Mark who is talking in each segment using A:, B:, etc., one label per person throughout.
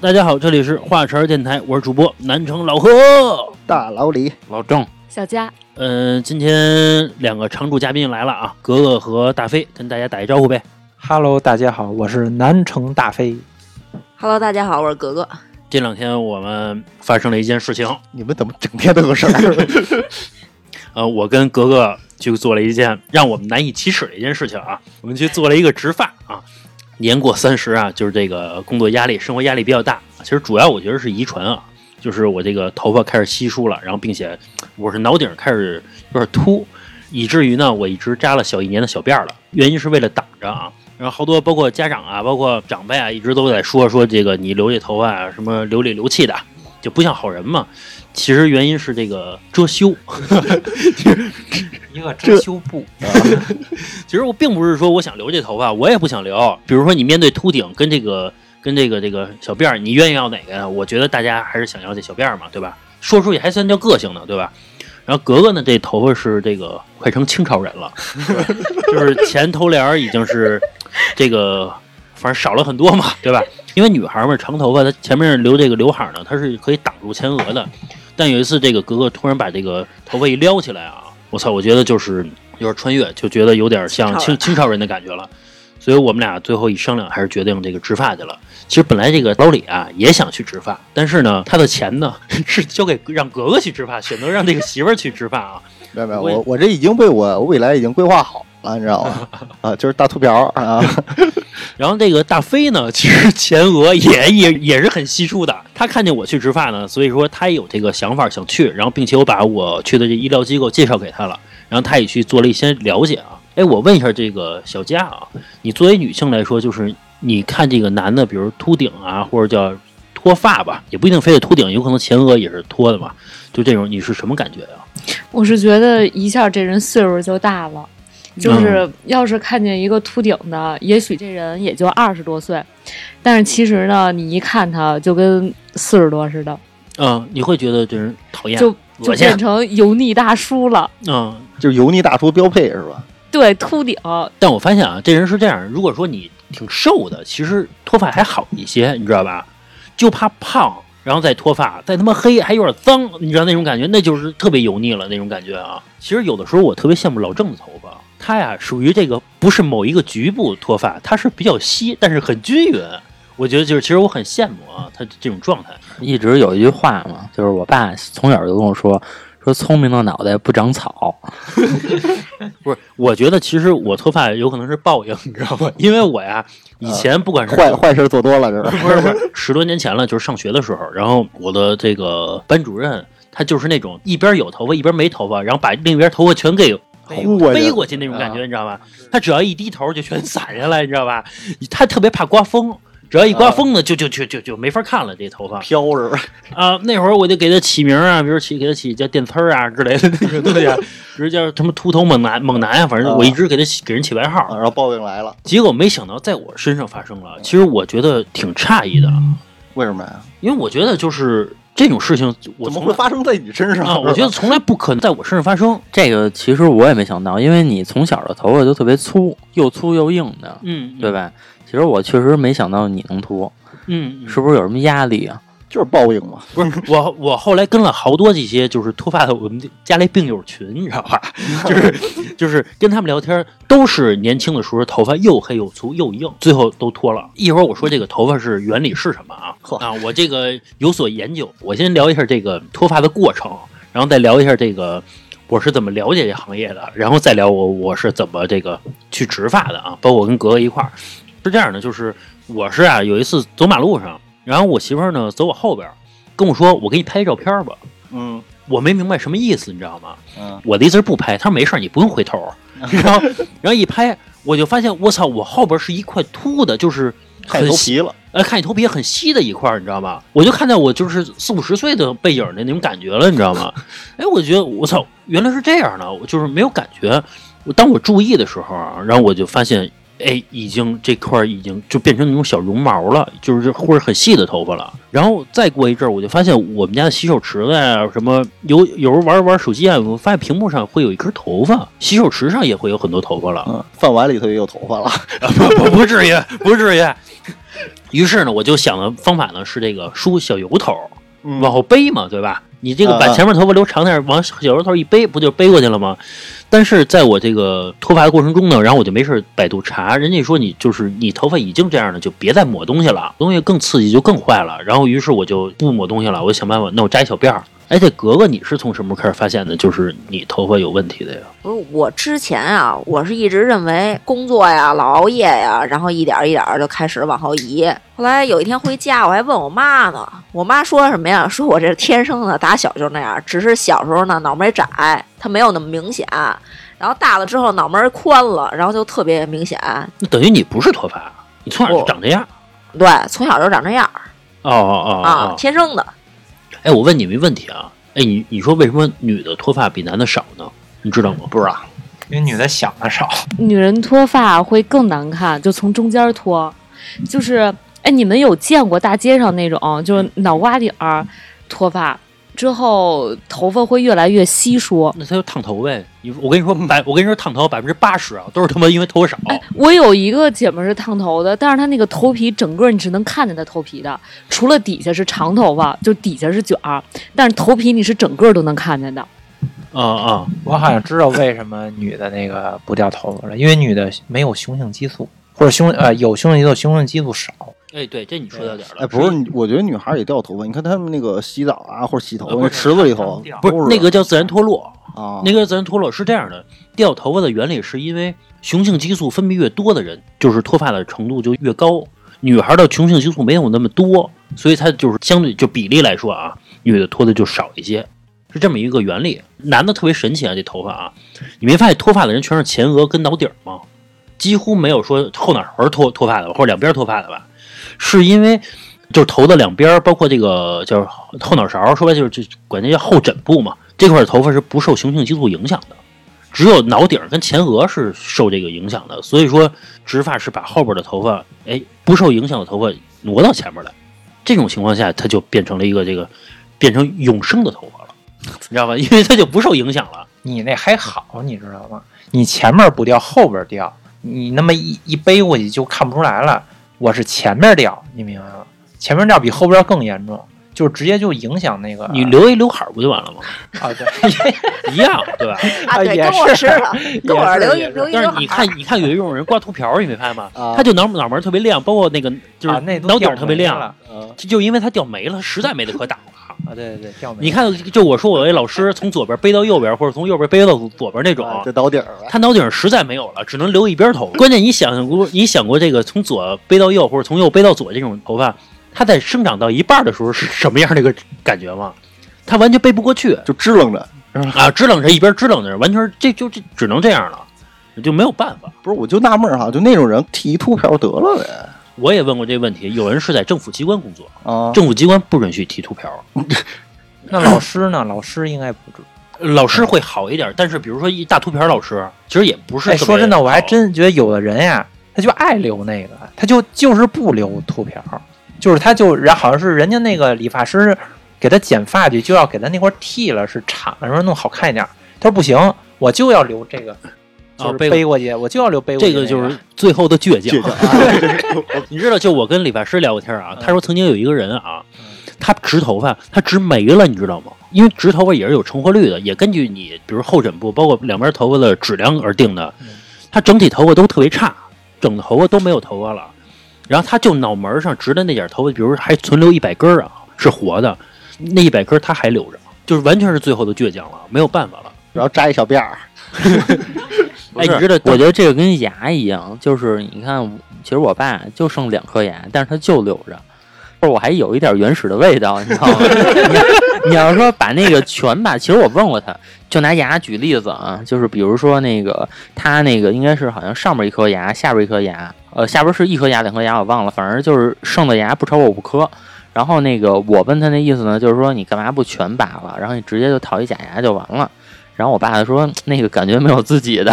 A: 大家好，这里是华晨电台，我是主播南城老贺。
B: 大老李，
C: 老郑，
D: 小佳，
A: 嗯、今天两个常驻嘉宾来了啊，格格和大飞，跟大家打一招呼呗。
C: Hello，大家好，我是南城大飞。
D: Hello，大家好，我是格格。
A: 这两天我们发生了一件事情，
B: 你们怎么整天都有事儿？
A: 呃，我跟格格去做了一件让我们难以启齿的一件事情啊，我们去做了一个植发啊。年过三十啊，就是这个工作压力、生活压力比较大。其实主要我觉得是遗传啊，就是我这个头发开始稀疏了，然后并且我是脑顶开始有点秃，以至于呢，我一直扎了小一年的小辫儿了。原因是为了挡着啊。然后好多包括家长啊，包括长辈啊，一直都在说说这个你留这头发啊，什么流里流气的，就不像好人嘛。其实原因是这个遮羞，
C: 一个
B: 遮
C: 遮羞布，
A: 其实我并不是说我想留这头发，我也不想留。比如说你面对秃顶跟这个跟这个这个小辫儿，你愿意要哪个呀？我觉得大家还是想要这小辫儿嘛，对吧？说出去还算叫个性呢，对吧？然后格格呢，这头发是这个快成清朝人了，就是前头帘儿已经是这个，反正少了很多嘛，对吧？因为女孩儿嘛，长头发她前面留这个刘海儿呢，它是可以挡住前额的。但有一次，这个格格突然把这个头发一撩起来啊，我操！我觉得就是有点穿越，就觉得有点像清清朝人的感觉了。所以我们俩最后一商量，还是决定这个植发去了。其实本来这个老李啊也想去植发，但是呢，他的钱呢 是交给让格格去植发，选择让这个媳妇儿去植发啊。
B: 没有没有，
A: 我也
B: 我我这已经被我未来已经规划好了，你知道 吗？啊，就是大秃瓢儿啊，
A: 然后这个大飞呢， 其实前额也也也是很稀疏的。他看见我去植发呢，所以说他也有这个想法想去，然后并且我把我去的这医疗机构介绍给他了，然后他也去做了一些了解啊。哎，我问一下这个小佳啊，你作为女性来说，就是你看这个男的，比如秃顶啊，或者叫脱发吧，也不一定非得秃顶，有可能前额也是脱的嘛，就这种，你是什么感觉啊？
D: 我是觉得一下这人岁数就大了，就是要是看见一个秃顶的，也许这人也就二十多岁，但是其实呢，你一看他就跟四十多似的，
A: 嗯，你会觉得这人讨厌，
D: 就就
A: 恶心
D: 变，成油腻大叔了。
A: 嗯，
B: 就是油腻大叔标配是吧？
D: 对，秃顶，
A: 但我发现啊，这人是这样，如果说你挺瘦的，其实脱发还好一些，你知道吧？就怕胖，然后再脱发，再他妈黑，还有点脏，你知道那种感觉，那就是特别油腻了那种感觉啊。其实有的时候我特别羡慕老郑的头发，他呀属于这个不是某一个局部脱发，他是比较稀，但是很均匀。我觉得就是，其实我很羡慕啊，他这种状态。
E: 一直有一句话嘛，就是我爸从小就跟我说，说聪明的脑袋不长草。
A: 不是，我觉得其实我脱发有可能是报应，你知道吗？因为我呀，以前不管是
B: 坏坏事做多 了，这是。
A: 不是不是，十多年前了，就是上学的时候，然后我的这个班主任，他就是那种一边有头发一边没头发，然后把另一边头发全给
B: 呼过去
A: 背过去那种感觉，你知道吧？他只要一低头就全散下来，你知道吧？他特别怕刮风。只要一刮风呢，就就就就就没法看了，这头发
B: 飘是吧？
A: 啊、那会儿我就给他起名啊，比如起给他起叫电刺儿啊之类的那种东西啊，比如叫什么秃头猛男猛男啊，反正我一直给他起给人起外号
B: 啊，。然后报应来了，
A: 结果没想到在我身上发生了，其实我觉得挺诧异的啊。
B: 为什么呀？
A: 因为我觉得就是这种事情，我
B: 怎么
A: 从
B: 会
A: 来
B: 发生在你身上
A: 啊？我觉得从来不可能在我身上发生。
E: 这个其实我也没想到，因为你从小的头发就特别粗，又粗又硬的，
A: 嗯，
E: 对吧？其实我确实没想到你能秃，
A: 嗯，嗯，
E: 是不是有什么压力啊？
B: 就是报应嘛。
A: 不是 我我后来跟了好多这些就是脱发的我们家里病友群，你知道吧？就是就是跟他们聊天，都是年轻的时候头发又黑又粗又硬，最后都脱了。一会儿我说这个头发是原理是什么啊？
B: 呵
A: 啊，我这个有所研究。我先聊一下这个脱发的过程，然后再聊一下这个我是怎么了解这行业的，然后再聊我我是怎么这个去植发的啊，包括我跟格格一块儿是这样的，就是我是啊有一次走马路上，然后我媳妇儿呢走我后边儿，跟我说我给你拍一照片儿吧，
B: 嗯
A: 我没明白什么意思，你知道吗？
B: 嗯，
A: 我的意思是不拍，他说没事儿，你不用回头儿。然后，然后一拍，我就发现，我操，我后边是一块秃的，就是
B: 太
A: 很
B: 头
A: 细，
B: 皮了，
A: 呃，看你头皮很稀的一块儿，你知道吗？我就看到我就是四五十岁的背影的那种感觉了，你知道吗？哎，我觉得我操，原来是这样的，我就是没有感觉。我当我注意的时候啊，然后我就发现，哎，已经这块儿已经就变成那种小绒毛了，就是或者很细的头发了。然后再过一阵儿，我就发现我们家的洗手池子呀、什么有有时候玩儿玩儿手机啊，我发现屏幕上会有一根头发，洗手池上也会有很多头发了。
B: 嗯，饭碗里头也有头发了，
A: 不不不至于，不至于。于是呢，我就想的方法呢是这个梳小油头儿，
B: 嗯
A: 往后背嘛，对吧？你这个把
B: 啊啊
A: 前面头发留长点儿，往小油头一背，不就背过去了吗？但是在我这个脱发的过程中呢，然后我就没事儿百度查，人家说你就是你头发已经这样了，就别再抹东西了，东西更刺激就更坏了。然后于是我就不抹东西了，我就想办法，那我扎一小辫儿。哎，这格格，你是从什么时候开始发现的？就是你头发有问题的呀？
F: 不是我之前啊，我是一直认为工作呀、老熬夜呀，然后一点儿一点儿就开始往后移。后来有一天回家，我还问我妈呢，我妈说什么呀？ 说我这天生的，打小就那样，只是小时候呢脑门窄，它没有那么明显。然后大了之后脑门宽了，然后就特别明显。
A: 那等于你不是脱发，你从小就
F: 不
A: 长这样。
F: 对，从小就长这样
A: 哦哦哦
F: 啊
A: 哦，！
F: 天生的。
A: 哎，我问你们一个问题啊，哎，你你说为什么女的脱发比男的少呢？你知道吗？
B: 不知道，
C: 因为女的想的少，
D: 女人脱发会更难看，就从中间脱，就是哎，你们有见过大街上那种就是脑瓜顶儿脱发之后头发会越来越稀疏？
A: 那他就烫头呗。你我跟你说百，我跟你说烫头百分之八十啊，都是他妈因为头发少。
D: 我有一个姐们儿是烫头的，但是她那个头皮整个你是能看见她头皮的，除了底下是长头发，就底下是卷儿，但是头皮你是整个都能看见的。
A: 啊啊、
C: 我好像知道为什么女的那个不掉头发了，因为女的没有雄性激素，或者雄呃有雄性激素，雄性激素少。
A: 哎，对，这你说到点儿了。
B: 哎，不是，我觉得女孩也掉头发，你看她们那个洗澡啊或者洗头
A: 呃，不
B: 那
A: 是
B: 池子里头
C: 她们，
A: 不是那个叫自然脱落，
B: 啊，
A: 那个自然脱落是这样的，掉头发的原理是因为雄性激素分泌越多的人，就是脱发的程度就越高。女孩的雄性激素没有那么多，所以它就是相对就比例来说啊，女的脱的就少一些，是这么一个原理。男的特别神奇啊，这头发啊，你没发现脱发的人全是前额跟脑顶儿吗？几乎没有说后脑勺脱脱发的吧，或者两边脱发的吧，是因为就是头的两边，包括这个叫后脑勺，说白就是就管那叫后枕部嘛，这块头发是不受雄性激素影响的，只有脑顶跟前额是受这个影响的。所以说，植发是把后边的头发，哎，不受影响的头发挪到前面来，这种情况下，它就变成了一个这个变成永生的头发了，你知道吧？因为它就不受影响了。
C: 你那还好，你知道吗？你前面不掉，后边掉，你那么一一背过去就看不出来了。我是前面掉，你明白吗？前面掉比后边更严重，就是直接就影响那个
A: 你留一刘海儿不就完了吗？
C: 啊，对，
A: 一样，对 吧？
F: 啊，
C: 啊
F: 对，
C: 也
F: 跟我
C: 是
F: 似的，跟我
C: 也是
F: 留一
C: 也是
F: 留一
A: 但
F: 刘
A: 是
F: 海
A: 你
F: 儿。
A: 看，你看有一种人刮秃瓢儿，你没发现吗？
B: 啊
A: 他就脑脑门儿特别亮，包括那个 就是
C: 啊，那都
A: 脑顶
C: 掉
A: 儿特别
C: 没
A: 亮，
C: 了
B: 呃
A: 就就因为他掉没了，实在没得可打了。
C: 啊，对对对，掉没了。
A: 你看，就我说我那老师从左边背到右边，或者从右边背到左边那种，
B: 啊这到底儿了，
A: 他脑顶实在没有了，只能留一边头发。关键你想过，你想过这个从左背到右，或者从右背到左这种头发，它在生长到一半的时候是什么样的一个感觉吗？它完全背不过去
B: 就支棱着。
A: 啊，支棱着一边支棱着，完全这就这只能这样了，就没有办法。
B: 不是，我就纳闷儿哈，就那种人剃一秃瓢得了呗
A: 我也问过这个问题，有人是在政府机关工作，
B: 啊，
A: 政府机关不允许剃秃瓢，
C: 那老师呢？老师应该不知。
A: 老师会好一点，但是比如说一大秃瓢老师，其实也不是
C: 哎，
A: 特别哦
C: 说真的，我还
A: 好啊
C: 真觉得有的人呀，他就爱留那个，他就就是不留秃瓢，就是他就然好像是人家那个理发师给他剪发去，就要给他那块儿剃了，是铲了，说弄好看一点。他说不行，我就要留这个，就是
A: 啊背
C: 背过去，我就要留背过去、
A: 这个就是最后的倔强。
B: 倔强
A: 你知道，就我跟理发师聊过天啊，他说曾经有一个人啊
C: 嗯，
A: 他植头发，他植没了，你知道吗？因为植头发也是有成活率的，也根据你比如后枕部，包括两边头发的质量而定的
C: 嗯。
A: 他整体头发都特别差，整头发都没有头发了，然后他就脑门上植的那点头发，比如还存留一百根儿啊，是活的，那一百根儿他还留着，就是完全是最后的倔强了，没有办法了。
B: 然后扎一小辫儿，
A: 哎，你知道，
E: 我觉得这个跟牙一样，就是你看，其实我爸就剩两颗牙，但是他就留着，或者我还有一点原始的味道，你知道吗？ 你要你要说把那个全吧，其实我问过他，就拿牙举例子啊，就是比如说那个他那个应该是好像上边一颗牙，下边一颗牙，呃，下边是一颗牙两颗牙我忘了，反正就是剩的牙不超过五颗。然后那个我问他那意思呢，就是说你干嘛不全拔了，然后你直接就套一假牙就完了。然后我爸就说嗯那个感觉没有自己的，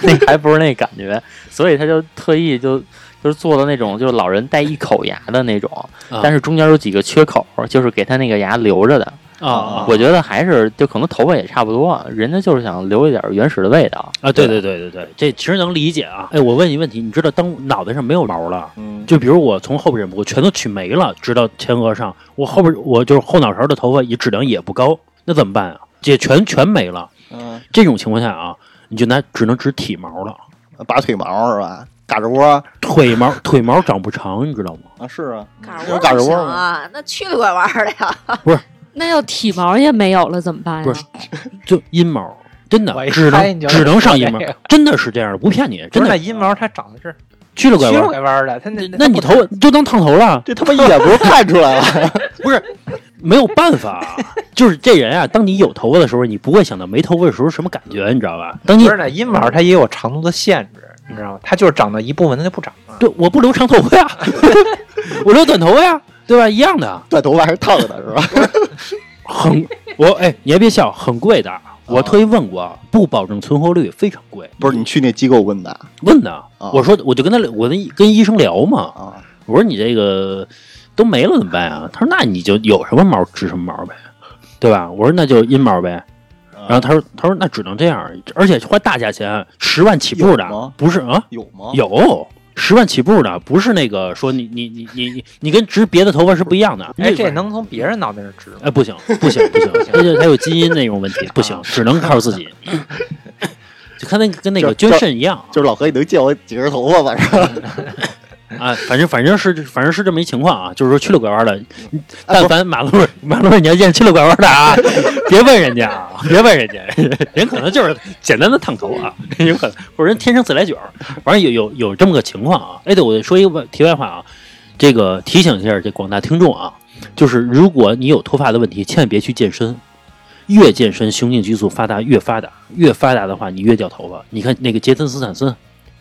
E: 那还不是那感觉，所以他就特意就就是做的那种就是老人带一口牙的那种
A: 啊，
E: 但是中间有几个缺口，就是给他那个牙留着的。
A: 啊啊
E: 我觉得还是就可能头发也差不多，人家就是想留一点原始的味道。
A: 啊！对对对对对，这其实能理解啊。哎，我问你问题，你知道当脑袋上没有毛了，
B: 嗯，
A: 就比如我从后边枕部全都取没了，直到前额上，我后边我就是后脑勺的头发也质量也不高，那怎么办啊？也全全没了。
B: 嗯，
A: 这种情况下啊，你就拿只能植体毛了，
B: 拔腿毛是吧？嘎吱窝
A: 腿毛腿毛长不长，你知道吗？
B: 啊，是啊，
F: 嘎
B: 是
F: 吱
B: 嘎
F: 窝
B: 吱
F: 行
B: 窝吗？
F: 啊，那去了拐弯的呀。
D: 那要体毛也没有了怎么办呀
A: 不？是就阴毛，真的
C: 我一
A: 只
C: 猜
A: 能
C: 你就要
A: 只能上阴毛
C: 说这个，
A: 真的是这样的，不骗你，
C: 不
A: 真
C: 是那
A: 的
C: 阴毛，它长的是
A: 去了拐
C: 曲
A: 弯
C: 了
A: 儿。
C: 拐弯儿的，它那
A: 那你头发就当烫头了，
B: 这他妈一眼不是看出来了？
A: 不是没有办法啊，就是这人啊，当你有头发的时候，你不会想到没头发的时候什么感觉，你知道吧？当你
C: 不是那阴毛，它也有长度的限制，你知道吗？它就是长到一部分，它就不长了。
A: 对我不留长头发呀， 我留短头发呀，对吧？一样的，
B: 短头发还是烫的是吧？
A: 很我哎，你还别笑，很贵的。我特意问过，不保证存活率，非常贵。
B: 不是你去那机构问的
A: 问的，我说我就跟他聊我跟跟医生聊嘛，
B: 啊？
A: 我说你这个都没了怎么办啊？他说那你就有什么毛植什么毛呗，对吧？我说那就阴毛呗。然后他说他说那只能这样，而且花大价钱，十万起步
B: 有
A: 的
B: 吗，
A: 不是啊？
B: 有吗？
A: 有十万起步的，不是那个说你你你你你你跟植别的头发是不一样的。
C: 哎，
A: 那
C: 这
A: 玩意儿
C: 能从别人脑袋上植吗？
A: 哎，不行，不行，不行，而且还有基因那种问题，不行
C: 啊，
A: 只能靠自 己。就看那个跟那个
B: 就
A: 捐肾一样
B: 就是老何，你能借我几根头发吧？是吧？
A: 啊，反正反正是反正是这么一情况啊，就是说曲里拐弯的，但凡马路马路上你要见曲里拐弯的啊，别问人家啊，别问人家，人可能就是简单的烫头啊，有可能或者人天生自来卷儿，反正有有有这么个情况啊。哎，对，我说一个题外话啊，这个提醒一下这广大听众啊，就是如果你有脱发的问题，千万别去健身。越健身，雄性激素发达越发达，越发达的话，你越掉头发。你看那个杰森斯坦森、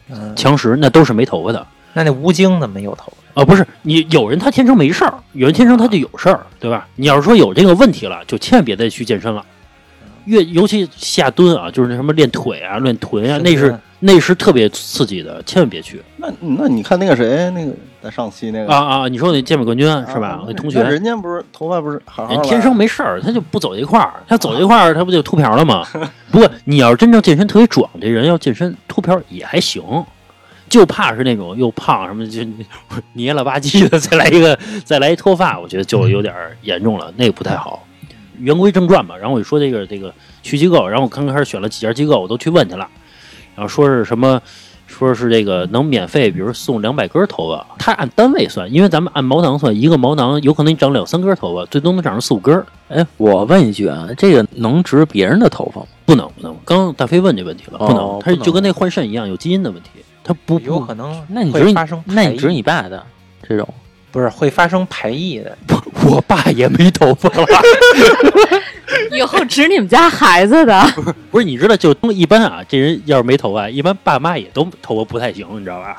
C: 嗯，
A: 强石，那都是没头发的。
C: 那那吴京怎么有头发？
A: 啊，不是你有人他天生没事儿，有人天生他就有事儿，对吧？你要是说有这个问题了，就千万别再去健身了。
B: 嗯
A: 越尤其下蹲啊，就是那什么练腿啊、练臀啊，
C: 深
A: 那是
C: 蹲
A: 那是特别刺激的，千万别去
B: 那那你看那个谁，那个咱上期那个
A: 啊啊！你说那健美冠军是吧
B: 啊？
A: 那同学
B: 那人家不是头发不是好好
A: 人
B: 的
A: 哎天生没事儿，他就不走这块儿，他走这块儿他不就秃瓢了 吗？不过你要是真正健身特别壮，这人要健身秃瓢也还行。就怕是那种又胖什么就 捏了吧唧的，再来一个 再来一脱发，我觉得就有点儿严重了，那个不太好。言归正传吧，然后我就说这个这个去机构，然后我刚开始选了几家机构，我都去问去了，然后说是什么，说是这个能免费，比如送两百根头发，他按单位算，因为咱们按毛囊算，一个毛囊有可能你长两三根头发，最多能长上四五根儿，
E: 哎，我问一句啊，这个能植别人的头发吗？
A: 不能不能。刚刚大飞问这问题了，不能
E: 哦，
A: 他
E: 不能哎
A: 就跟那换肾一样，有基因的问题，他不
C: 有
A: 不
C: 可能
E: 那你植
C: 会
E: 你
C: 发生，
E: 那
C: 排
E: 你
C: 异
E: 植你爸的这种，
C: 不是会发生排异的？
A: 我爸也没头发了。
D: 以后指你们家孩子的，
A: 不是，你知道，就一般啊，这人要是没头发，一般爸妈也都头发不太行，你知道 吧？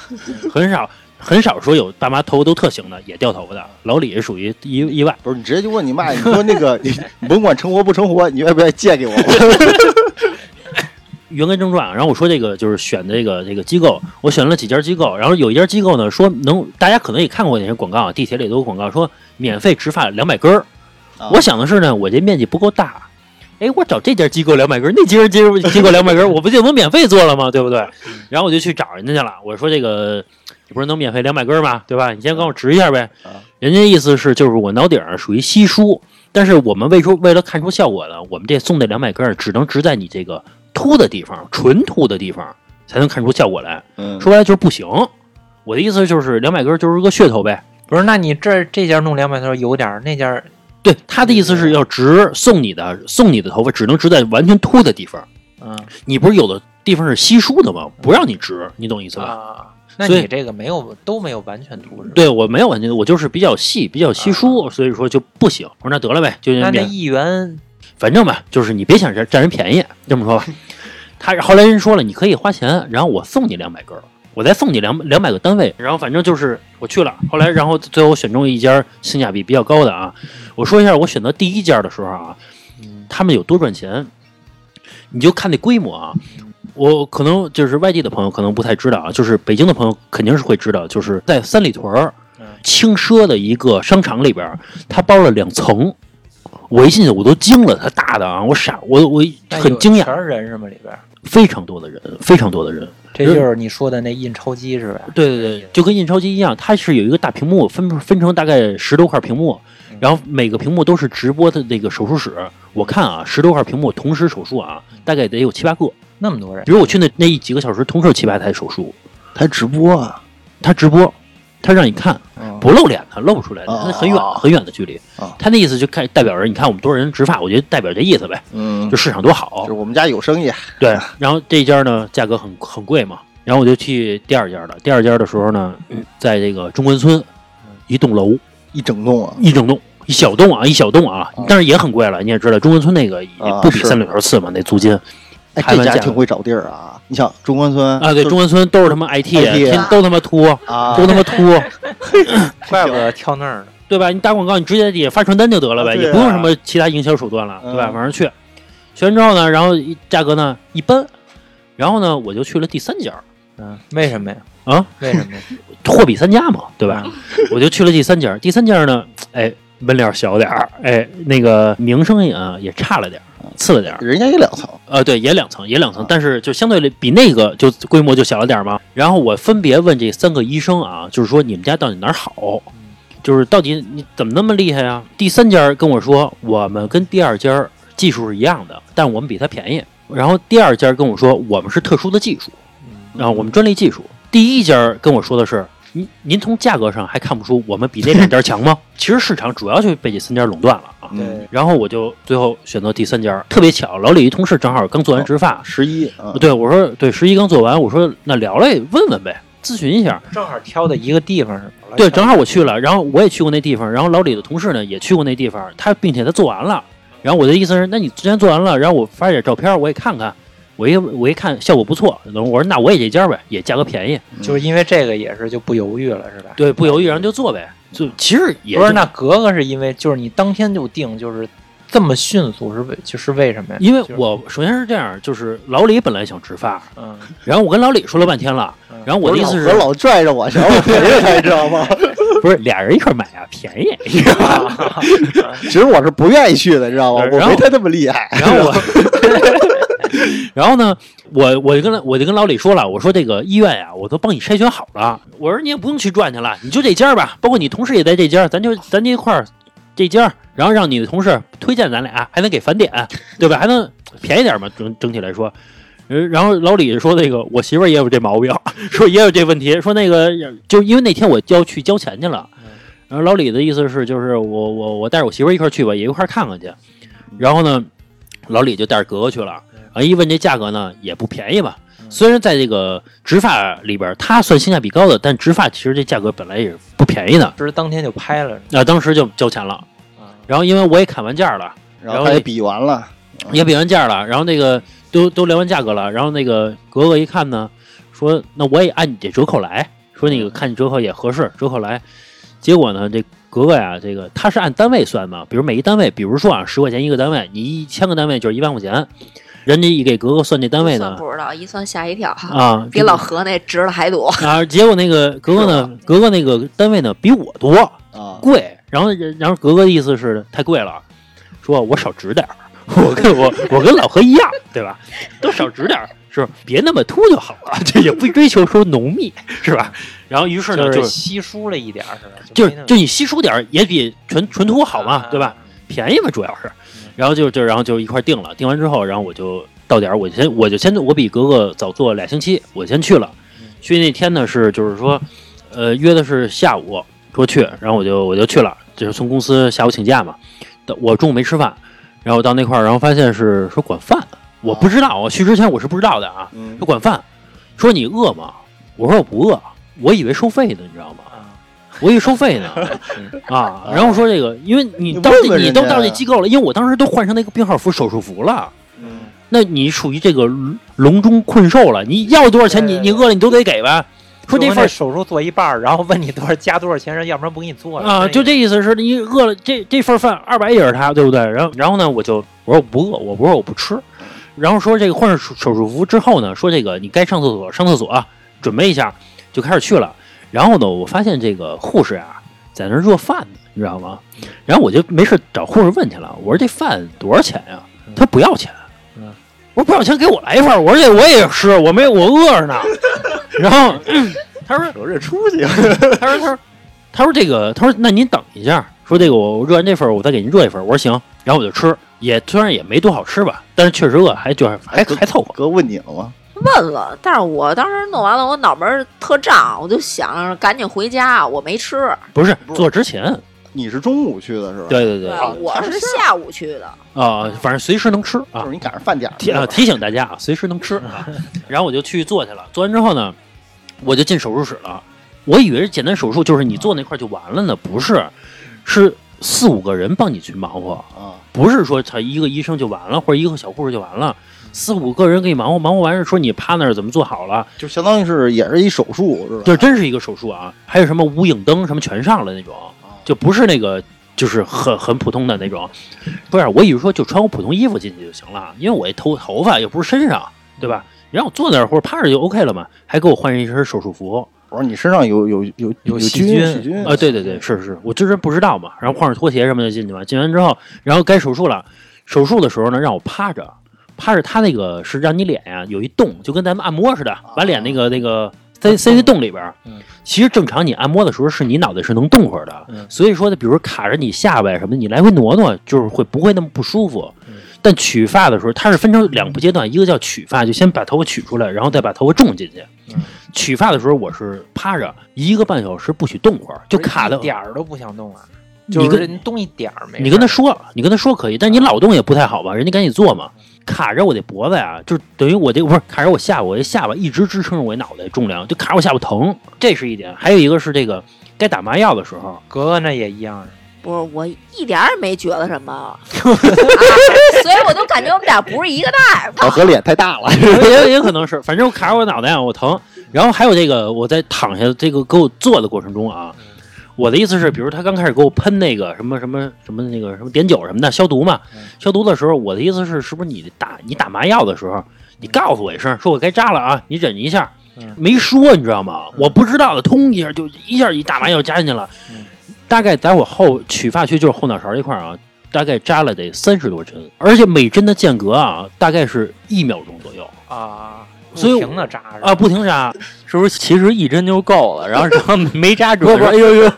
A: 很少很少说有爸妈头发都特行的，也掉头发的。老李是属于意意外，
B: 不是你直接就问你妈，你说那 个你你甭管成活不成活，你愿不愿意借给我？
A: 言归正传啊，然后我说这个就是选这个这个机构，我选了几家机构，然后有一家机构呢说能，大家可能也看过那些广告啊，地铁里都有广告说免费植发两百根儿。
B: 啊
A: 我想的是呢，我这面积不够大，哎，我找这家机构两百根儿，那家机构机构两百根儿，我不就能免费做了吗？对不对？
B: 嗯
A: 然后我就去找人家去了，我说这个你不是能免费两百根儿吗？对吧？你先给我植一下呗
B: 啊。
A: 人家意思是就是我脑顶上属于稀疏，但是我们为出为了看出效果呢，我们这送这两百根儿只能植在你这个秃的地方，纯秃的地方才能看出效果来。
B: 嗯，
A: 说白了就是不行。我的意思就是两百根儿就是个噱头呗。
C: 不是，那你这这家弄两百头有点儿，那家
A: 对，他的意思是要植送你的送你的头发只能植在完全秃的地方，
C: 嗯
A: 你不是有的地方是稀疏的吗？不让你植，你懂意思吧？
C: 啊，那
A: 所以
C: 你这个没有都没有完全图示。，
A: 对我没有完全，我就是比较细，比较稀疏，所以说就不行。我说那得了呗，就
C: 啊那那
A: 免，
C: 议员
A: 反正吧，就是你别想占占人便宜，这么说吧。他后来人说了，你可以花钱，然后我送你两百根儿，我再送你两两百个单位，然后反正就是我去了。后来，然后最后我选中一家性价比比较高的啊。我说一下我选择第一家的时候啊，他们有多赚钱，你就看那规模啊。我可能就是外地的朋友可能不太知道啊，就是北京的朋友肯定是会知道，就是在三里屯儿
C: 嗯
A: 轻奢的一个商场里边儿，它包了两层，我一进去我都惊了，它大的啊，我傻，我我
C: 那
A: 很
C: 有
A: 惊讶，
C: 全是人是吗？里边儿
A: 非常多的人，非常多的人。
C: 这就是你说的那印钞机是吧？
A: 对对对，就跟印钞机一样，它是有一个大屏幕，分分成大概十多块屏幕，然后每个屏幕都是直播的那个手术室。我看啊，十多块屏幕同时手术啊，大概得有七八个。
C: 那么多人
A: 比，如我去那那一几个小时，同时有七八台手术，
B: 他直播啊，
A: 他直播，他让你看
C: 嗯
A: 不露脸的，露不出来的，
B: 哦
A: 那很远
B: 哦
A: 很远的距离
B: 哦。
A: 他那意思就看代表人，你看我们多少人植发，我觉得代表这意思呗，
B: 嗯
A: 就
B: 就
A: 市场多好
B: 是。我们家有生意，
A: 对， 然后这家呢价格很很贵嘛，然后我就去第二家了。第二家的时候呢，在这个中关村一栋楼
B: 一整栋啊，
A: 一整栋。一小栋啊，一小栋啊
B: 啊，
A: 但是也很贵了。你也知道，中关村那个也
B: 啊
A: 不比
B: 是
A: 三里屯次嘛，那租金
B: 哎，
A: 开
B: 这
A: 玩
B: 家
A: 笑
B: 挺会找地儿啊。你想中关村
A: 啊，对，中关村都是他妈 IT，
B: IT
A: 天都他妈秃，
B: 啊，
A: 都他妈秃，
C: 怪不得挑那儿呢。
A: 对吧？你打广告，你直接在底下发传单就得了呗，
B: 啊对啊
A: 也不用什么其他营销手段了，对吧？
B: 嗯
A: 往上去，去完之后呢，然后一价格呢一般，然后呢我就去了第三家儿
C: 嗯，为什么呀？
A: 啊，
C: 为什么呀？
A: 货比三家嘛，对吧？我就去了第三家儿，第三家儿呢，哎，门脸儿小点儿，哎，那个名声也啊也差了点儿，次了点儿，
B: 人家也两层，
A: 呃，对，也两层，也两层，但是就相对来比那个就规模就小了点儿嘛。然后我分别问这三个医生啊，就是说你们家到底哪儿好？就是到底你怎么那么厉害啊？第三家跟我说，我们跟第二家技术是一样的，但我们比它便宜。然后第二家跟我说，我们是特殊的技术，啊，我们专利技术。第一家跟我说的是，您您从价格上还看不出我们比那两家强吗？ 其实市场主要就被这三家垄断了啊。
B: 嗯，
A: 然后我就最后选择第三家，特别巧，老李一同事正好刚做完植发，
B: 十一啊，
A: 对我说对十一刚做完，我说那聊聊也问问呗，咨询一下。
C: 正好挑的一个地方是吧，
A: 对，正好我去了，然后我也去过那地方，然后老李的同事呢也去过那地方，他并且他做完了，然后我的意思是，那你之前做完了，然后我发点照片我也看看，我一我一看效果不错，我说那我也这家呗，也价格便宜，
C: 嗯就是因为这个也是就不犹豫了是吧？
A: 对，不犹豫然后就做呗，就其实也
C: 不是，
A: 就
C: 那格格是因为就是你当天就定，就是这么迅速是为就是为什么呀？
A: 因为
C: 就是
A: 我首先是这样，就是老李本来想植发，
C: 嗯，
A: 然后我跟老李说了半天了，
C: 嗯
A: 然后我的意思是
B: 我。老拽着我，想让我陪着他，你 知道吗？
A: 不是俩人一块儿买啊，便宜。
B: 其实我是不愿意去的，你知道吗？我
A: 然后
B: 没他那么厉害。
A: 然后我，然后呢，我我就跟我就跟老李说了，我说这个医院呀、我都帮你筛选好了，我说你也不用去转去了，你就这家儿吧，包括你同事也在这家儿，咱就咱这一块儿这家儿，然后让你的同事推荐咱俩，还能给返点，对吧？还能便宜点嘛，整整体来说。呃然后老李说：“那个我媳妇儿也有这毛病， 说也有这问题，说那个就因为那天我要去交钱去了，然后老李的意思是就是我我我带着我媳妇儿一块儿去吧，也一块儿看看去。然后呢，老李就带着格格去了啊，一问这价格呢也不便宜嘛。虽然在这个植发里边，它算性价比高的，但植发其实这价格本来也是不便宜的。
C: 不是当天就拍了
A: 那、当时就交钱了，
C: 啊？
A: 然后因为我也砍完价了，
B: 然后他也比完了，
A: 也比完价了，然后那个都都聊完价格了，然后那个格格一看呢，说那我也按你这折扣来，说那个看你折扣也合适，折扣来。结果呢，这格格呀、这个他是按单位算嘛，比如每一单位，比如说啊，十块钱一个单位，你一千个单位就是一万块钱，人家一给格格算这单位
F: 算
A: 呢，
F: 不知道，一算吓一跳，
A: 啊，
F: 比老何那值了还多。
A: 啊，结果那个格格呢，格格那个单位呢比我多
B: 啊，
A: 贵，然后然后格格的意思是太贵了，说我少值点儿，我跟我我跟老何一样，对吧？都少值点儿，是吧别那么秃就好了，这也不追求说浓密，是吧？然后于是呢，
C: 就
A: 就是是
C: 稀疏了一点儿是吧？
A: 就
C: 没
A: 是
C: 那么啊
A: 就你稀疏点儿也比纯纯秃好嘛，对吧？？便宜嘛，主要是
C: 嗯。
A: 然后就就然后就一块儿定了，定完之后，然后我就到点儿，我先我就先我比格格早做俩星期，我先去了
C: 嗯。
A: 去那天呢是就是说，呃，约的是下午说去，然后我就我就去了，就是从公司下午请假嘛。到我中午没吃饭，然后到那块儿，然后发现是说管饭，我不知道，我去之前我是不知道的啊。
B: 嗯
A: 说管饭，说你饿吗？我说我不饿，我以为收费呢，你知道吗？
C: 啊
A: 我以收费呢 啊，然后说这个，因为你到
B: 你问问
A: 你
B: 人
A: 都
B: 家
A: 到这
B: 呀
A: 机构了，因为我当时都换成那个病号服手术服了，
B: 嗯
A: 那你属于这个笼中困兽了，你要多少钱，你
C: 对
A: 你饿了你都得给呗。说这
C: 就
A: 份
C: 跟
A: 儿
C: 手术做一半儿，然后问你多少加多少钱，人要不然不给你做了
A: 啊，就这意思是，你饿了这这份饭二百也是他，对不对？然后然后呢，我就我说我不饿，我不饿我不吃。然后说这个换上手手术服之后呢，说这个你该上厕所上厕所啊、准备一下，就开始去了。然后呢，我发现这个护士啊，在那儿热饭呢，你知道吗？然后我就没事找护士问去了，我说这饭多少钱呀、他不要钱。
C: 嗯
A: 我说不要钱，给我来一份儿。我说这我也吃，我没我饿着呢。然后他说
B: 我这出去，
A: 他说他说他说这个他说那您等一下，说这个我热完这份儿我再给您热一份儿。我说行，然后我就吃，也虽然也没多好吃吧，但是确实饿，还就是还还凑合。
B: 哥问你了吗？
F: 问了，但是我当时弄完了，我脑门儿特胀，我就想赶紧回家，我没吃。
A: 不是做之前，
B: 你是中午去的是吧？
A: 对对对，啊对
F: 吧啊我是下午去的，
A: 啊，反正随时能吃啊
B: 就是。你赶上饭点儿
A: 提啊
B: 了。
A: 提醒大家啊，随时能吃啊。然后我就去做去了，做完之后呢，我就进手术室了。我以为是简单手术，就是你做那块就完了呢，不是，是四五个人帮你去忙活，
B: 啊，
A: 不是说他一个医生就完了，或者一个小护士就完了，四五个人给你忙活，忙活完事说你趴那儿怎么做好了，
B: 就相当于是也是一手术是吧？
A: 这真是一个手术啊！还有什么无影灯什么全上了那种，就不是那个就是很很普通的那种。不是，我以为说就穿个普通衣服进去就行了，因为我一头头发又不是身上，对吧？然后我坐那儿或者趴着就 OK 了嘛，还给我换上一身手术服。
B: 我说你身上有有有
C: 有细
B: 细
C: 菌
B: 细菌
A: 啊、对对对，是是，我之前不知道嘛，然后换上拖鞋什么的进去嘛，进完之后，然后该手术了，手术的时候呢，让我趴着，趴着，他那个是让你脸呀、有一洞，就跟咱们按摩似的，把脸那个那个塞塞进洞里边儿。
C: 嗯
A: 其实正常你按摩的时候，是你脑袋是能动会儿的，
C: 嗯
A: 所以说呢，比如卡着你下巴呀什么的，你来回挪挪，就是会不会那么不舒服。
C: 嗯
A: 但取发的时候，它是分成两个阶段，一个叫取发，就先把头发取出来，然后再把头发种进去。
C: 嗯
A: 取发的时候，我是趴着一个半小时，不许动会儿，就卡
C: 一
A: 的
C: 点儿都不想动啊，
A: 你
C: 就
A: 跟
C: 是你动一点儿没事儿。嗯
A: 你跟他说，你跟他说可以，但你老动也不太好吧？人家赶紧做嘛。卡着我这脖子呀、就等于我这不是卡着我下巴，我这下巴一直支撑着我这脑袋重量，就卡着我下巴疼，这是一点。还有一个是这个该打麻药的时候，
C: 格格那也一样，
F: 不是我一点儿也没觉得什 么、啊，所以我就感觉我们俩不是一个大夫。
B: 我和脸太大了，
A: 也也可能是，反正我卡着我脑袋啊，我疼。然后还有这个，我在躺下这个给我做的过程中啊，我的意思是，比如他刚开始给我喷那个什么什么什么那个什么碘酒什么的消毒嘛，
C: 嗯
A: 消毒的时候，我的意思是，是不是你打你打麻药的时候，你告诉我一声，说我该扎了啊，你忍一下
C: 嗯，
A: 没说你知道吗？我不知道的，通一下就一下一打麻药加进去了
C: 嗯，
A: 大概在我后取发区就是后脑勺这块儿啊，大概扎了得三十多针，而且每针的间隔啊，大概是一秒钟左右。
C: 啊，
A: 所以
C: 不
A: 我
C: 停的扎着
A: 啊，不停扎，
E: 是不是？其实一针就够了，然后然后没扎
A: 不是
E: 准，
A: 不是，哎呦呦，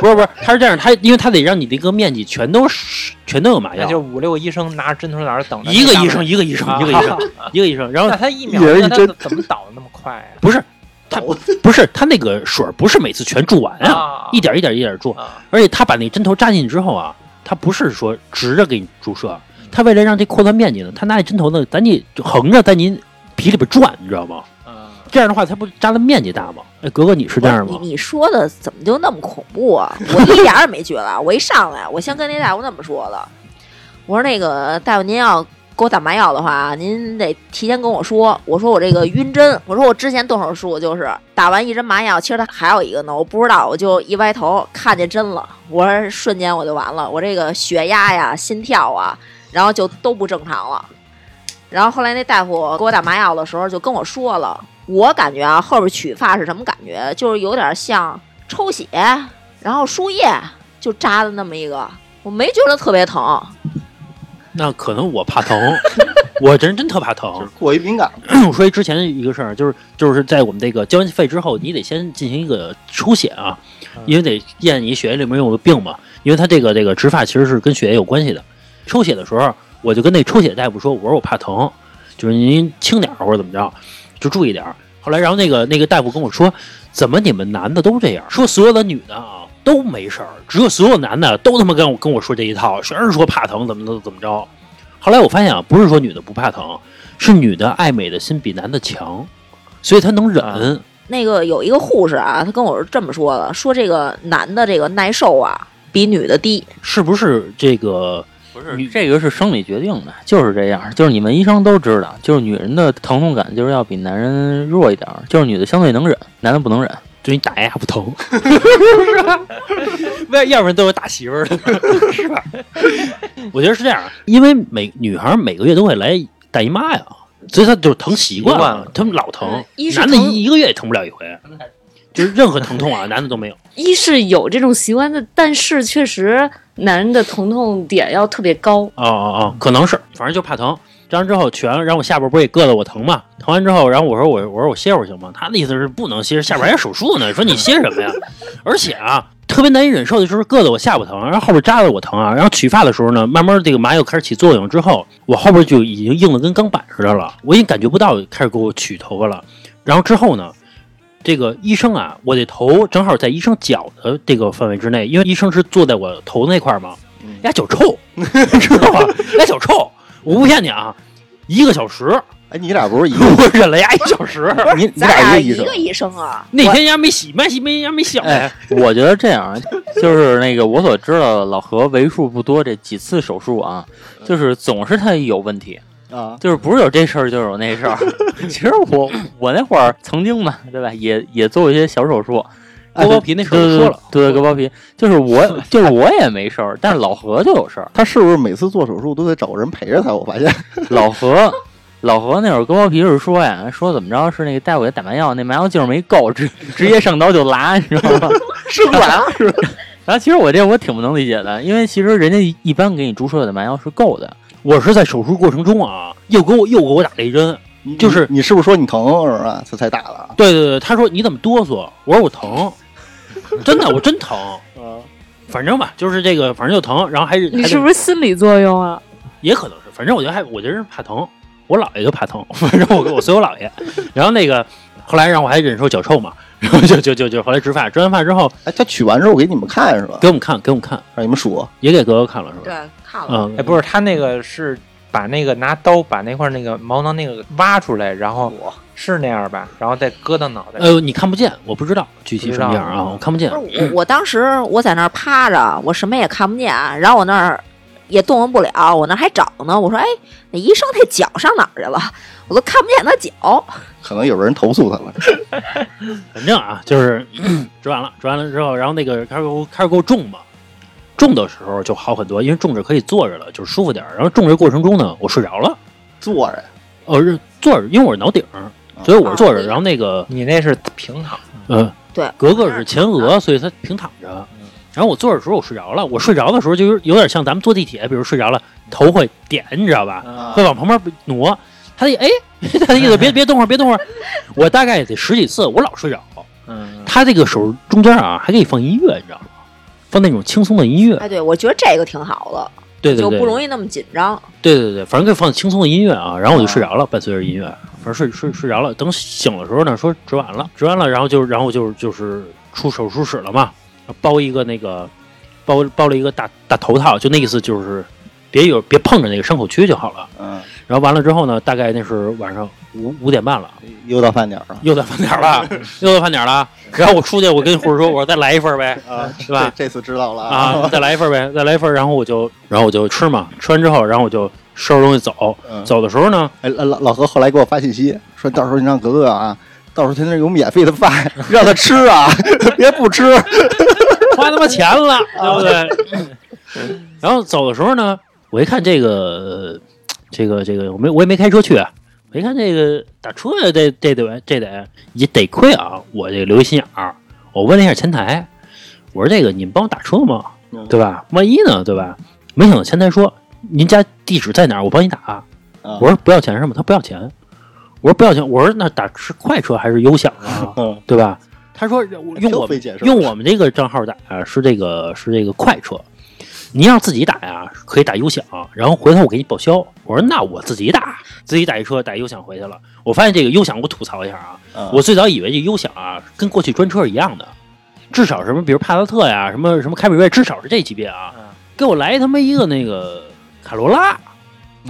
A: 不是不是，他是这样，他因为他得让你这个面积全都是全都有麻
C: 那就
A: 药，
C: 五六个医生拿着针头在那儿等着。
A: 一个
C: 那
A: 医
C: 当
A: 生
C: 然
A: 一个医生
C: 啊
A: 一个医生一个医生，然后
C: 那他一秒
B: 一人一
C: 那他
B: 针
C: 怎么倒的那么快啊呀？
A: 不是他不是他那个水儿不是每次全注完啊，
C: 啊，
A: 一点一点一点注，
C: 啊，
A: 而且他把那针头扎进去之后啊，他不是说直着给你注射，他为了让这扩散面积呢，他拿那针头呢，咱你就横着在您皮里边转，你知道吗？
C: 啊
A: 这样的话，他不扎的面积大吗？哎，格格你是这样
F: 你
A: 吗？
F: 你说的怎么就那么恐怖啊？我一点儿也没觉得啊，我一上来，我先跟那大夫那么说的，我说那个大夫您要给我打麻药的话，您得提前跟我说。我说我这个晕针，我说我之前动手术就是打完一针麻药，其实它还有一个呢，我不知道，我就一歪头看见针了，我说瞬间我就完了，我这个血压呀、心跳啊，然后就都不正常了。然后后来那大夫给我打麻药的时候就跟我说了，我感觉啊后边取发是什么感觉？就是有点像抽血，然后输液就扎的那么一个，我没觉得特别疼。
A: 那可能我怕疼， 我这人真特怕
B: 就是
A: 疼。
B: 过于敏感 了。
A: 我说一之前的一个事儿，就是就是在我们这个交完费之后，你得先进行一个抽血啊，因为得验你血液里面有没有病嘛，因为它这个这个植发其实是跟血液有关系的。抽血的时候，我就跟那抽血大夫说，我说我怕疼，就是您轻点儿或者怎么着，就注意点儿。后来，然后那个那个大夫跟我说，怎么你们男的都这样？说所有的女的啊都没事儿，只有所有男的都他妈跟我跟我说这一套，全是说怕疼怎么怎么怎么着。后来我发现啊，不是说女的不怕疼，是女的爱美的心比男的强，所以她能忍。
C: 啊
F: 那个有一个护士啊，她跟我是这么说的，说这个男的这个耐受啊比女的低。
A: 是不是这个？
E: 不是这个是生理决定的，就是这样，就是你们医生都知道，就是女人的疼痛感就是要比男人弱一点儿，就是女的相对能忍，男的不能忍。
A: 就你打压不 疼，要要不然都有打媳妇儿 的，是吧？我觉得是这样，啊因为每女孩每个月都会来大姨妈呀，所以她就是疼习惯
C: 习惯了
A: 她们老疼
F: 嗯一，是
A: 男的
F: 疼
A: 一一个月也疼不了一回，就是任何疼痛 啊，男的都没有。
D: 一是有这种习惯的，但是确实男人的疼痛点要特别高。
A: 哦哦哦，可能是，反正就怕疼。扎完之后全，然后我下边不是也硌得我疼嘛？疼完之后，然后我说我我说我歇会儿行吗？他的意思是不能歇，下边还有手术 呢。说你歇什么呀？而且啊，特别难以忍受的就是硌得我下巴疼，然后后边扎得我疼啊。然后取发的时候呢，慢慢这个麻药开始起作用之后，我后边就已经硬的跟钢板似的了，我已经感觉不到开始给我取头发了。然后之后呢，这个医生啊，我的头正好在医生脚的这个范围之内，因为医生是坐在我头那块儿嘛，俩脚臭，你知道 吧？俩脚臭，我不骗你啊，一个小时，
B: 哎，你俩不是一个，
A: 我忍了牙一小 时。
B: 你你
F: 咱俩
B: 俩一
F: 一
B: 个医
F: 个
B: 生，
F: 医生啊，
A: 那天牙没洗，没洗没牙没洗
E: 哎，我觉得这样，就是那个我所知道的老何为数不多这几次手术啊，就是总是他有问题，
B: 啊，
E: 就是不是有这事儿就有那事儿。 其实我我那会儿曾经嘛，对吧，也也做过一些小手术，
A: 割包啊皮那事儿
E: 对
A: 就说了，
E: 对对，割包皮，就是我就是我也没事儿，但是老何就有事儿。
B: 他是不是每次做手术都得找个人陪着他？我发现，
E: 老何，老何那会儿割包皮是说呀，说怎么着是那个大夫给他打麻药，那麻药劲儿没够，直直接上刀就拉，你知道吗？
B: 生 完了 是吧？啊
E: 然后其实我这我挺不能理解的，因为其实人家一般给你注射的麻药是够的，
A: 我是在手术过程中啊，又给我又给我打了一针。就是
B: 你你是不是说你疼是吧？他才打的，
A: 对对对，他说你怎么哆嗦？我说我疼，真的我真 疼。反正吧，就是这个，反正就疼，然后还是
D: 你
A: 还
D: 是不是心理作用啊？
A: 也可能是，反正我觉得还，我觉得是怕疼，我姥爷就怕疼，反正我跟我随我姥爷，然后那个后来让我还忍受脚臭嘛，然后就就就就后来植发，植完发之后
B: 哎，他取完之后给你们看是吧？
A: 给我们看，给我们看，
B: 让你们数，
A: 也给哥哥看了是吧？
F: 对，看了，
A: 嗯，
C: 哎，不是，他那个是把那个拿刀把那块那个毛囊那个挖出来，然后是那样吧，然后再搁到脑袋。
A: 呃，你看不见，我不知道具体
C: 不
A: 什
C: 知道
A: 么样啊，我看不见。
F: 不是我，我当时我在那儿趴着，我什么也看不见，然后我那儿也动弹不了，我那儿还找呢。我说，哎，那医生那脚上哪儿去了？我都看不见他脚。
B: 可能有人投诉他了。
A: 反正啊，就是 植完了，植完了之后，然后那个开始给我开始给我种嘛，种的时候就好很多，因为种着可以坐着了，就是舒服点儿。然后种着过程中呢，我睡着了，
B: 坐着，
A: 呃，是坐着，因为我是脑顶儿，所以我是坐着。
F: 啊
A: 然后那个
C: 你那是平躺，
A: 呃，
F: 对
A: 格格是前额，
C: 嗯
A: 所以她平躺着。然后我坐着的时候我睡着了，我睡着的时候就有有点像咱们坐地铁，比如睡着了头会点，你知道吧？
B: 啊
A: 会往旁边挪。他的哎，他的意思别别动会儿，别动会儿。我大概得十几次，我老睡着。
C: 嗯，
A: 他这个手中间啊还可以放音乐，你知道吗？放那种轻松的音乐，
F: 哎，对，我觉得这个挺好的，
A: 对对
F: 就
A: 对，
F: 不容易那么紧张。
A: 对对对，反正可以放轻松的音乐啊，然后我就睡着了，伴随着音乐，反正睡睡睡着了。等醒的时候呢，说植完了，植完了，然后就然后就就是出手术室了嘛，包一个那个包包了一个大大头套，就那意思就是别有别碰着那个伤口区就好了。
B: 嗯，
A: 然后完了之后呢，大概那是晚上五五点半了，
B: 又到饭点儿了
A: 又到饭点儿了， 又到饭点儿了。然后我出去，我跟护士说，我说再来一份儿呗，
B: 啊，
A: 是吧？
B: 这这次知道了
A: 啊，，再来一份儿呗，再来一份儿，然后我就，然后我就吃嘛，吃完之后，然后我就收拾东西走，
B: 嗯
A: 走的时候呢，
B: 哎，老老老何后来给我发信息，说到时候你让格格啊，到时候他那有免费的饭，让他吃啊，别不吃。啊
A: 花他妈钱 了，对不对？ 然后走的时候呢，我一看这个，呃这个，这个，我没我也没开车去啊，我一看这个打车呀，这这得这得也得亏啊，我这个留一心眼儿，我问了一下前台，我说这个你们帮我打车吗？ 对吧？万一呢，对吧？没想到前台说您家地址在哪儿，我帮你打、
B: 啊
A: 我说不要钱是吗？他不要钱。我说不要钱，我说那打是快车还是优享啊？
B: 嗯
A: 对吧？他说用我
B: 费
A: 们
B: 解释
A: 用我们这个账号打啊，是这个是这个快车。您要自己打呀，可以打优享，然后回头我给你报销。我说那我自己打，自己打一车打优享回去了。我发现这个优享，我吐槽一下啊，
B: 嗯
A: 我最早以为这优享啊，跟过去专车是一样的，至少什么比如帕萨特呀，什么什么凯美瑞，至少是这级别啊
C: 嗯。
A: 给我来他妈一个那个卡罗 拉，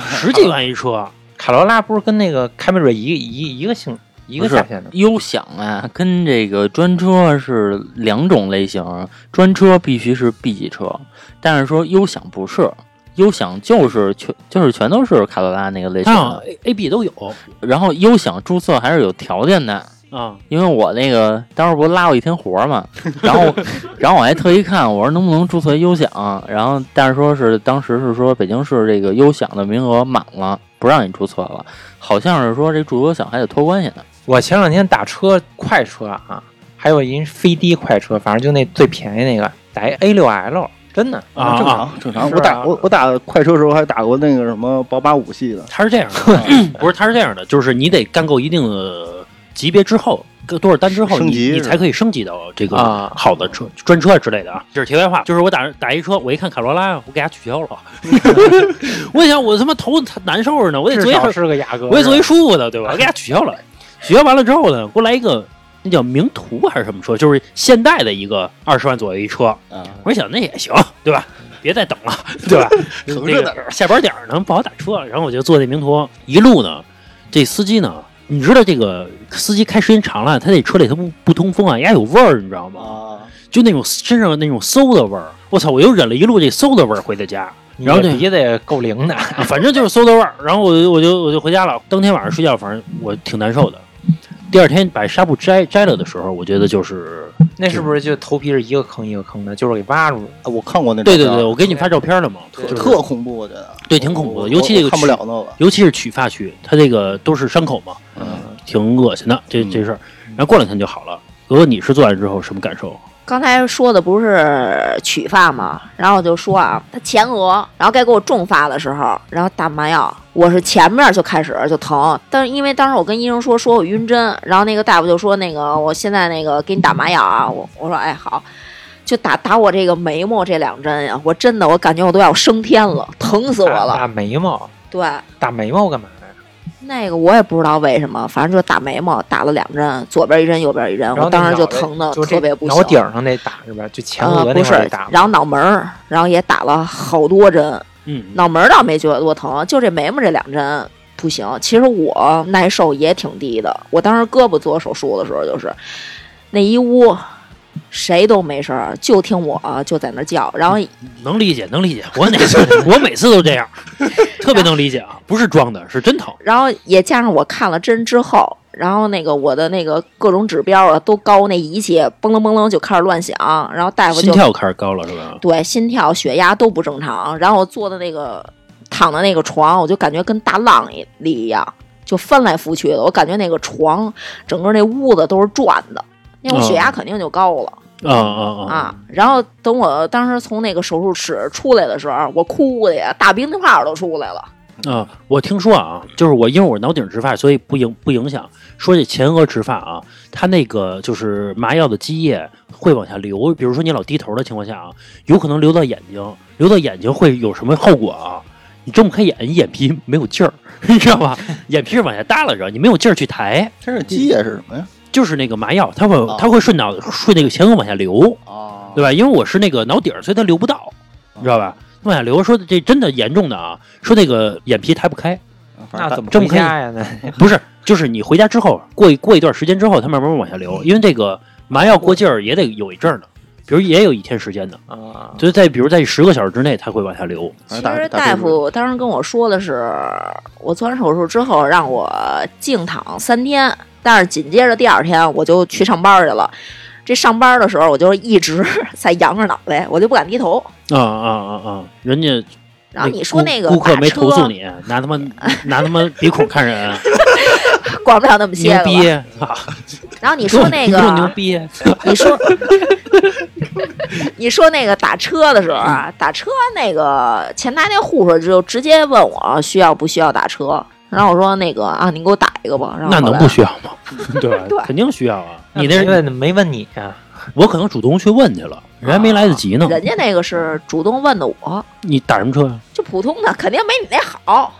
A: 十几万一车，
C: 卡罗拉不是跟那个凯美瑞一一一个性一个
E: 不
C: 价
E: 是
C: 钱的吗？
E: 优享啊，跟这个专车是两种类型，专车必须是 B 级车，但是说优享不是，优享就是全就是全都是卡罗拉那个类型
A: 它好像
B: 啊
E: 的，
A: A A 啊 B 都有
E: 然后优享注册还是有条件的。
A: 啊。
E: 因为我那个当时不拉过一天活儿嘛，然后然后我还特意看，我说能不能注册优享，然后但是说是当时是说北京市这个优享的名额满了，不让你注册了，好像是说这注优享还得托关系呢。
C: 我前两天打车快车啊，还有一飞的快车，反正就那最便宜那个，打一 A 六 L，真的。
A: 啊
B: 正
A: 啊，
B: 常正常。
C: 是啊
B: 我打我我打快车时候还打过那个什么宝马五系的，
A: 他是这样的，啊不是他是这样的，就是你得干够一定的级别之后，跟多少单之后，
B: 升级
A: 你你
B: 是吧
A: 才可以升级到这个
C: 啊
A: 好的车、专车之类的啊。这是题外话，就是我打打一车，我一看卡罗拉，我给它取 消了。我想我他妈头难受着呢，我得
C: 至
A: 做一
C: 少是个雅阁，
A: 我也做一舒服的，对吧？我给它取消了，取消完了之后呢，给我来一个那叫名图还是什么车，就是现代的一个二十万左右一车。
B: 啊，
A: 我想那也行，对吧？别再等了，对吧？
B: 横
A: 这个
B: 着的，
A: 下班点儿呢不好打车，然后我就坐那名途，一路呢，这司机呢，你知道这个司机开时间长了，他这车里头不不通风啊，人家有味儿，你知道吗？
B: 啊，
A: 就那种身上那种馊的味儿，我操！我又忍了一路这馊的味儿回的家，
C: 你
A: 然后
C: 这
A: 这
C: 鼻子也够灵 的。
A: 啊反正就是馊的味儿。然后我就我就我就回家了。当天晚上睡觉，反正我挺难受的。第二天把纱布摘摘了的时候，我觉得就是，
C: 那是不是就头皮是一个坑一个坑的，就是给挖住了？
B: 啊我看过那
A: 对对
B: 照
A: 对，
B: 片
A: 我给你发照片了嘛，
C: 对
A: 就是
B: 特恐怖，我觉得
A: 对挺恐怖的，
B: 我
A: 尤其这
B: 我
A: 个
B: 看不
A: 取
B: 了，那个，
A: 尤其是取发区，它这个都是伤口嘛，
B: 嗯，
A: 挺恶心的这
B: 嗯
A: 这事儿。然后过两天就好了。哥哥，你是做完之后什么感受？
F: 刚才说的不是取发吗？然后我就说啊，他前额，然后该给我重发的时候，然后打麻药，我是前面就开始就疼，但是因为当时我跟医生说说我晕针，然后那个大夫就说那个我现在那个给你打麻药啊，我我说哎好，就打打我这个眉毛这两针呀、我真的我感觉我都要升天了，疼死我
C: 打
F: 了。
C: 打眉毛，
F: 对，
C: 打眉毛干嘛呀？
F: 那个我也不知道为什么，反正就打眉毛打了两针，左边一针右边一针，
C: 然后那
F: 我当时就
C: 脑袋
F: 疼的
C: 就
F: 特
C: 这
F: 别不行。
C: 脑顶上那打啊是吧？就前
F: 呃
C: 额那
F: 不
C: 块
F: 是
C: 儿打，，
F: 然后脑门儿，然后也打了好多针，
A: 嗯，
F: 脑门儿倒没觉得多疼，就这眉毛这两针不行。其实我耐受也挺低的，我当时胳膊做手术的时候就是那一屋。谁都没事儿，就听我就在那儿叫，然后
C: 嗯
A: 嗯能理解，能理解。我哪 次我每次都这样，特别能理解啊，不是装的，是真疼。
F: 然后也加上我看了针之后，然后那个我的那个各种指标啊都高，那仪器嘣楞嘣楞就开始乱响，然后大夫
A: 心
F: 哎就
A: 跳开始高了是吧？
F: 对，心跳、血压都不正常。然后我坐的那个躺的那个床，我就感觉跟大浪一里一样，就翻来覆去的。我感觉那个床整个那屋子都是转的，因为我血压肯定就高了、
A: 啊啊啊！
F: 啊。然后等我当时从那个手术室出来的时候，我哭的呀，大冰块儿都出来了。
A: 啊，我听说啊，就是我因为我脑顶植发，所以不影不影响。说起前额植发啊，它那个就是麻药的积液会往下流，比如说你老低头的情况下啊，有可能流到眼睛，流到眼睛会有什么后果啊？你睁不开眼，你眼皮没有劲儿， 你知道吧？眼皮是往下耷拉着，你没有劲儿去抬，
B: 它这鸡也是什么呀？
A: 就是那个麻药，它会
B: 哦
A: 它会顺脑顺那个前额往下流，
F: 哦
B: 啊
A: 对吧？因为我是那个脑顶儿，所以它流不到，你知道吧？往下流，说这真的严重的啊，说那个眼皮抬不开。
B: 反
C: 那
B: 正
C: 怎么
A: 这么
C: 回
A: 可以
C: 家呀？那
A: 不是，就是你回家之后，过一过一段时间之后，它慢慢往下
F: 嗯
A: 流，因为这个麻药过劲儿也得有一阵儿呢，比如也有一天时间的，
C: 啊，
A: 所以在比如在十个小时之内，它会往下流。
F: 其
B: 反正打
F: 实
B: 打
F: 啊大
B: 针是
F: 夫当时跟我说的是，我做完手术之后让我静躺三天，但是紧接着第二天我就去上班去了。这上班的时候，我就一直 在扬着脑袋，我就不敢低头。
A: 啊啊啊啊！人家
F: 然后你说那个
A: 顾顾客
F: 打
A: 没
F: 车
A: 投诉你，拿他妈拿他妈鼻孔看 人，
F: 管不了那么些
A: 牛
F: 个
A: 逼
F: 了。！然后你
A: 你
F: 说那
A: 你牛
F: 个，
A: 逼！
F: 你说你说那个打车的时候啊，打车那个前台那护士就直接问我需要不需要打车，然后我说那个啊，您给我打一个吧。然后
A: 那
F: 后
A: 能
F: 来
A: 不需要吗？ 对吧？
F: 对
A: 肯定需要啊！
C: 那
A: 你那
C: 没问没问你啊？
A: 我可能主动去问去了，人还没来得及呢。
F: 啊人家那个是主动问的我，
A: 你打什么车呀？
F: 就普通的肯定没你那好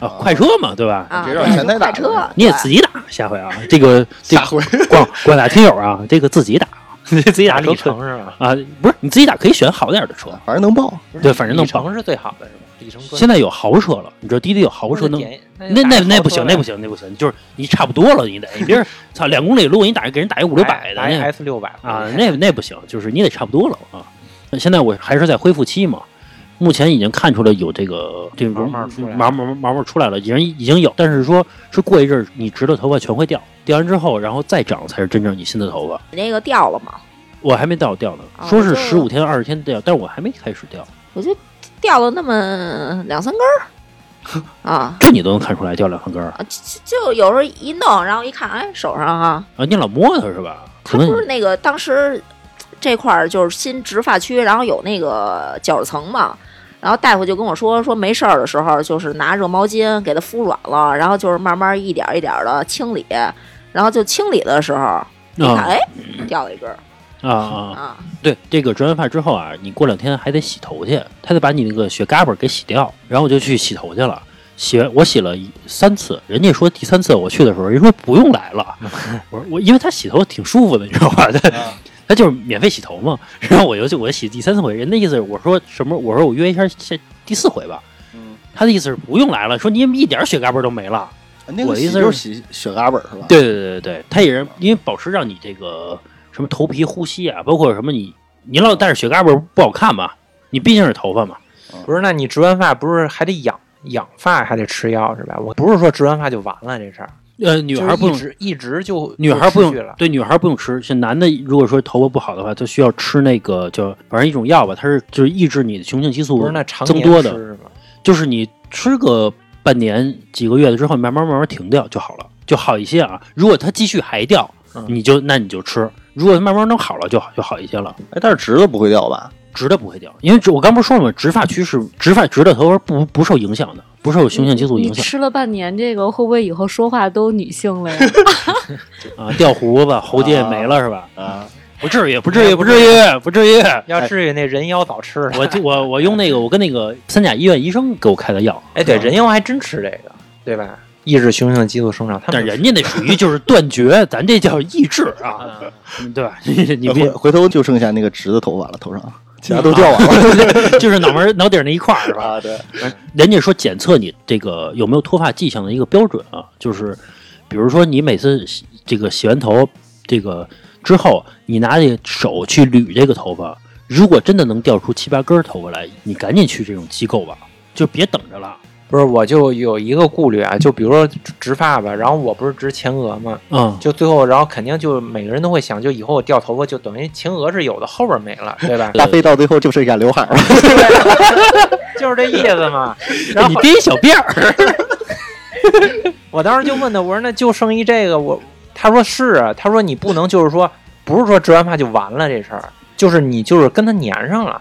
A: 啊，快车嘛，对吧？
F: 啊。
B: 别让前台打
F: 快车，
A: 你也
F: 对
A: 自己打，下回啊，这个这
B: 下回
A: 广广大听友啊，这个自己打， 自己打
C: 打里
A: 车
C: 程是吧？
A: 啊，不是你自己打可以选好点的车，
B: 反正 能报，
A: 对，反正能
C: 里
A: 跑。
C: 程是最好的是吧？里程
A: 现在有豪车了，你知道滴滴有豪车能，那那
C: 那
A: 那不行，那不
C: 行，
A: 行，那不行，就是你差不多了，你得你别 是操两公里路，你打给人打一五六百的
C: 打一
A: 那
C: S 六百
A: 啊，那那不行，就是你得差不多了啊。那现在我还是在恢复期嘛。目前已经看出来有这个这种
C: 毛毛出来了
A: 毛毛毛毛出来了，已经已经有，但是说是过一阵儿你直的头发全会掉，掉完之后然后再长才是真正你新的头发。
F: 你那个掉了嘛，
A: 我还没到掉呢，
F: 啊
A: 说是
F: 我
A: 十
F: 就
A: 五天二十天掉，但是我还没开始掉，
F: 我就掉了那么两三根儿啊。
A: 这你都能看出来掉两三根儿
F: 啊就就有时候一弄，然后一看，哎，手上啊，
A: 啊！你老摸它是吧？可
F: 它
A: 能
F: 不是那个当时这块儿就是新植发区，然后有那个角质层嘛。然后大夫就跟我说，说没事儿的时候就是拿热毛巾给它敷软了，然后就是慢慢一点儿一点的清理，然后就清理的时候，你看，
A: 啊
F: 哎，掉了一根儿
A: 啊啊！
F: 啊，
A: 对，这个植完发之后啊，你过两天还得洗头去，他得把你那个血嘎巴给洗掉。然后我就去洗头去了，洗完我洗了一三次，人家说第三次我去的时候，人说不用来了。我说我因为他洗头挺舒服的，你知道吧？他他就是免费洗头嘛。然后我就去我洗第三次回，人的意思是我说什么？我说我约一下下第四回吧。
B: 嗯，
A: 他的意思是不用来了，说你一点血嘎巴都没了。
B: 那
A: 我
B: 个
A: 的意
B: 洗
A: 思
B: 就是是洗雪嘎本是吧？，
A: 对对对对对，它也是因为保持让你这个什么头皮呼吸啊，包括什么你你老带着雪嘎巴不好看嘛，你毕竟是头发嘛。
C: 不是，那你植完发不是还得养养发，还得吃药是吧？我不是说植完发就完了这事儿，
A: 呃，女孩不
C: 就是
A: 用，
C: 一直一直就
A: 女孩不
C: 就持续
A: 用
C: 了，
A: 对，女孩不用吃。是男的，如果说头发不好的话，他需要吃那个叫反正一种药吧，它是就是抑制你的雄性激素
C: 不是那常
A: 增
C: 年
A: 多
C: 吃
A: 的，
C: 是吗？
A: 就是你吃个半年几个月的之后，慢慢慢慢停掉就好了，就好一些啊。如果它继续还掉，
C: 嗯
A: 你就那你就吃；如果它慢慢能好了，就好就好一些了。
B: 哎，但是直的不会掉吧？
A: 直的不会掉，因为直我刚不是说了吗？直发区是直发直的头发不不受影响的，不受雄性激素
D: 你
A: 影响
D: 吃了半年这个，会不会以后说话都女性了呀？
A: 啊。掉胡子、喉结
B: 啊
A: 没了是吧？
B: 啊，
A: 不至于，不至于，不至于，不至于。
C: 要至于那人妖早吃了。
A: 我就我我用那个我跟那个三甲医院医生给我开的药，
C: 哎，对，人妖还真吃这个，对吧？抑制雄性激素生长，他
A: 但
C: 们
A: 人家那属于就是断绝，咱这叫抑制啊，
C: 啊，
A: 对吧？ 你
B: 回
A: 别
B: 回头就剩下那个直的头发了，头上其他都掉完了
A: 就是脑门儿脑顶儿那一块儿是吧？
B: 啊。对，？
A: 人家说检测你这个有没有脱发迹象的一个标准啊，就是比如说你每次洗这个洗完头这个之后，你拿这个手去捋这个头发，如果真的能掉出七八根儿头发来，你赶紧去这种机构吧，就别等着了。
C: 不是，我就有一个顾虑啊，就比如说植发吧，然后我不是植前额嘛，
A: 嗯，
C: 就最后，然后肯定就每个人都会想，就以后我掉头发，就等于前额是有的，后边没了， 对吧
B: 大飞到最后就剩下刘海了。
C: 就是这意思 嘛。然
A: 哎
C: 后
A: 你编一小辫儿，
C: 我当时就问他，我说那就剩一这个，我他说是啊，他说你不能就是说不是说植完发就完了这事儿，就是你就是跟他粘上了，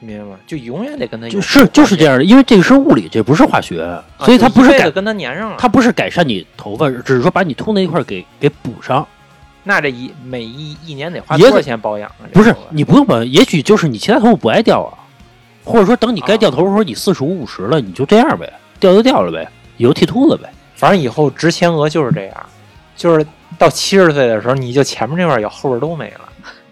C: 明白吗？就永远得跟他有
A: 就是就是这样的，因为这个是物理，这不是化学，
C: 啊，
A: 所以它
C: 就
A: 不是
C: 一辈子
A: 改，
C: 跟他粘上了。
A: 它不是改善你头发，只是说把你秃那一块儿给给补上。
C: 那这一每一一年得花
A: 也
C: 多
A: 得
C: 少钱保养啊？这
A: 不是
C: 头发
A: 你不用把，也许就是你其他头发不爱掉啊，或者说等你该掉头发的时候，你四十五五十了，你就这样呗，掉就掉了呗，以后剃秃子呗。
C: 反正以后植前额就是这样，就是到七十岁的时候，你就前面这块有，后边都没了。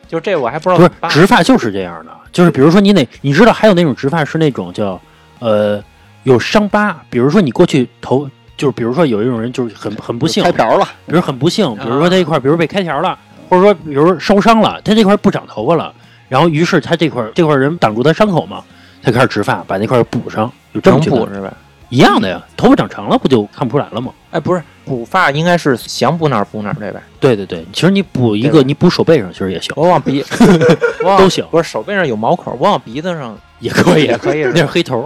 C: 就这我还不知道
A: 不是
C: 怎么办。
A: 植发就是这样的，就是比如说你哪，你知道还有那种植发是那种叫呃有伤疤，比如说你过去头就是比如说有一种人就是很很不幸
B: 开，瓢了，
A: 比如很不幸，比如说他一块儿，比如被开条了，或者说比如烧伤了，他这块儿不长头发了，然后于是他这块儿这块儿人挡住他伤口嘛，他开始植发把那块儿补上，有这么
C: 能
A: 去
C: 补
A: 补
C: 是吧？
A: 一样的呀，头发长长了不就看不出来了吗？
C: 哎，不是补发应该是想补哪儿补哪儿 对吧？
A: 对对对，其实你补一
C: 对
A: 个，你补手背上其实也行，
C: 我往鼻我往
A: 都行
C: 不是手背上有毛孔，我往鼻子上
A: 也可以啊
C: 也，可以
A: 那
C: 是
A: 是
C: 吧
A: 黑头，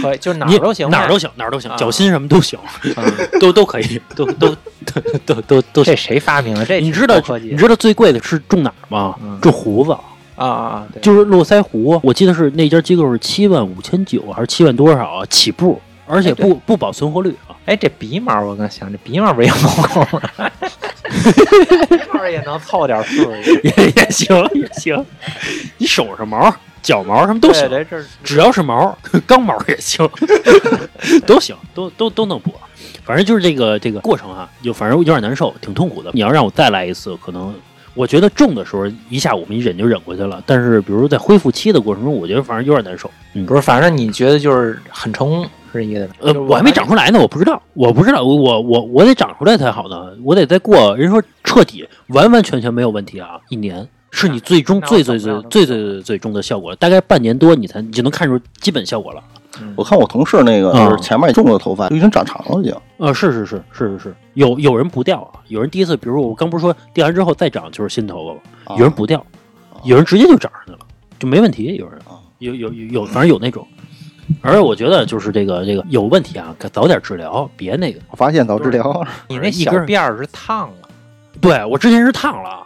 C: 可以，就是 哪
A: 你
C: 儿都行呗，
A: 哪儿都行，哪儿都行
C: 啊，嗯
A: 脚心什么都行， 都都可以，都都 都都都都行
C: 这。谁发明的？这
A: 你知道
C: 高科技
A: 你知道最贵的是种哪儿吗
C: 嗯？
A: 种胡子，
C: 啊啊啊！对
A: 就是络腮胡，啊我记得是那家机构是七万五千九还是七万多少啊起步，而且不不保存活率啊。
C: 哎，这鼻毛我刚想，这鼻毛不也有毛孔吗？鼻毛也能凑点数儿，
A: 也也行也行，你手上毛、脚毛什么都
C: 对
A: 行，
C: 对，这是
A: 只要是 毛，刚毛也行， 都行，都都都能补。反正就是这个这个过程啊，有反正有点难受，挺痛苦的。你要让我再来一次，可能我觉得种的时候一下我们一忍就忍过去了，但是比如在恢复期的过程中，我觉得反正有点难受。嗯，
C: 不是，反正你觉得就是很成功是这意思吧？
A: 呃，我还没长出来呢，我不知道，我不知 道，我我我我得长出来才好呢，我得再过，人说彻底完完全全没有问题啊，一年是你最终
C: 那
A: 最
C: 我
A: 最
C: 怎
A: 最
C: 么样
A: 最最最最终的效果，大概半年多你才你就能看出基本效果了。
B: 我看我同事那个
A: 啊
B: 就是前面也种了头发，就已经长长了，已经。
A: 呃，是是是是是是，有有人不掉啊，有人第一次，比如我刚不是说掉完之后再长就是新头发吗？
B: 啊啊
A: 有人不掉，有人直接就长上去了，就没问题。有人有有有有，反正有那种。而我觉得就是这个这个有问题啊，可早点治疗，别那个
B: 我发现早治疗，
C: 你那
A: 一
C: 小
A: 根儿
C: 辫儿是烫了，
A: 对我之前是烫了，啊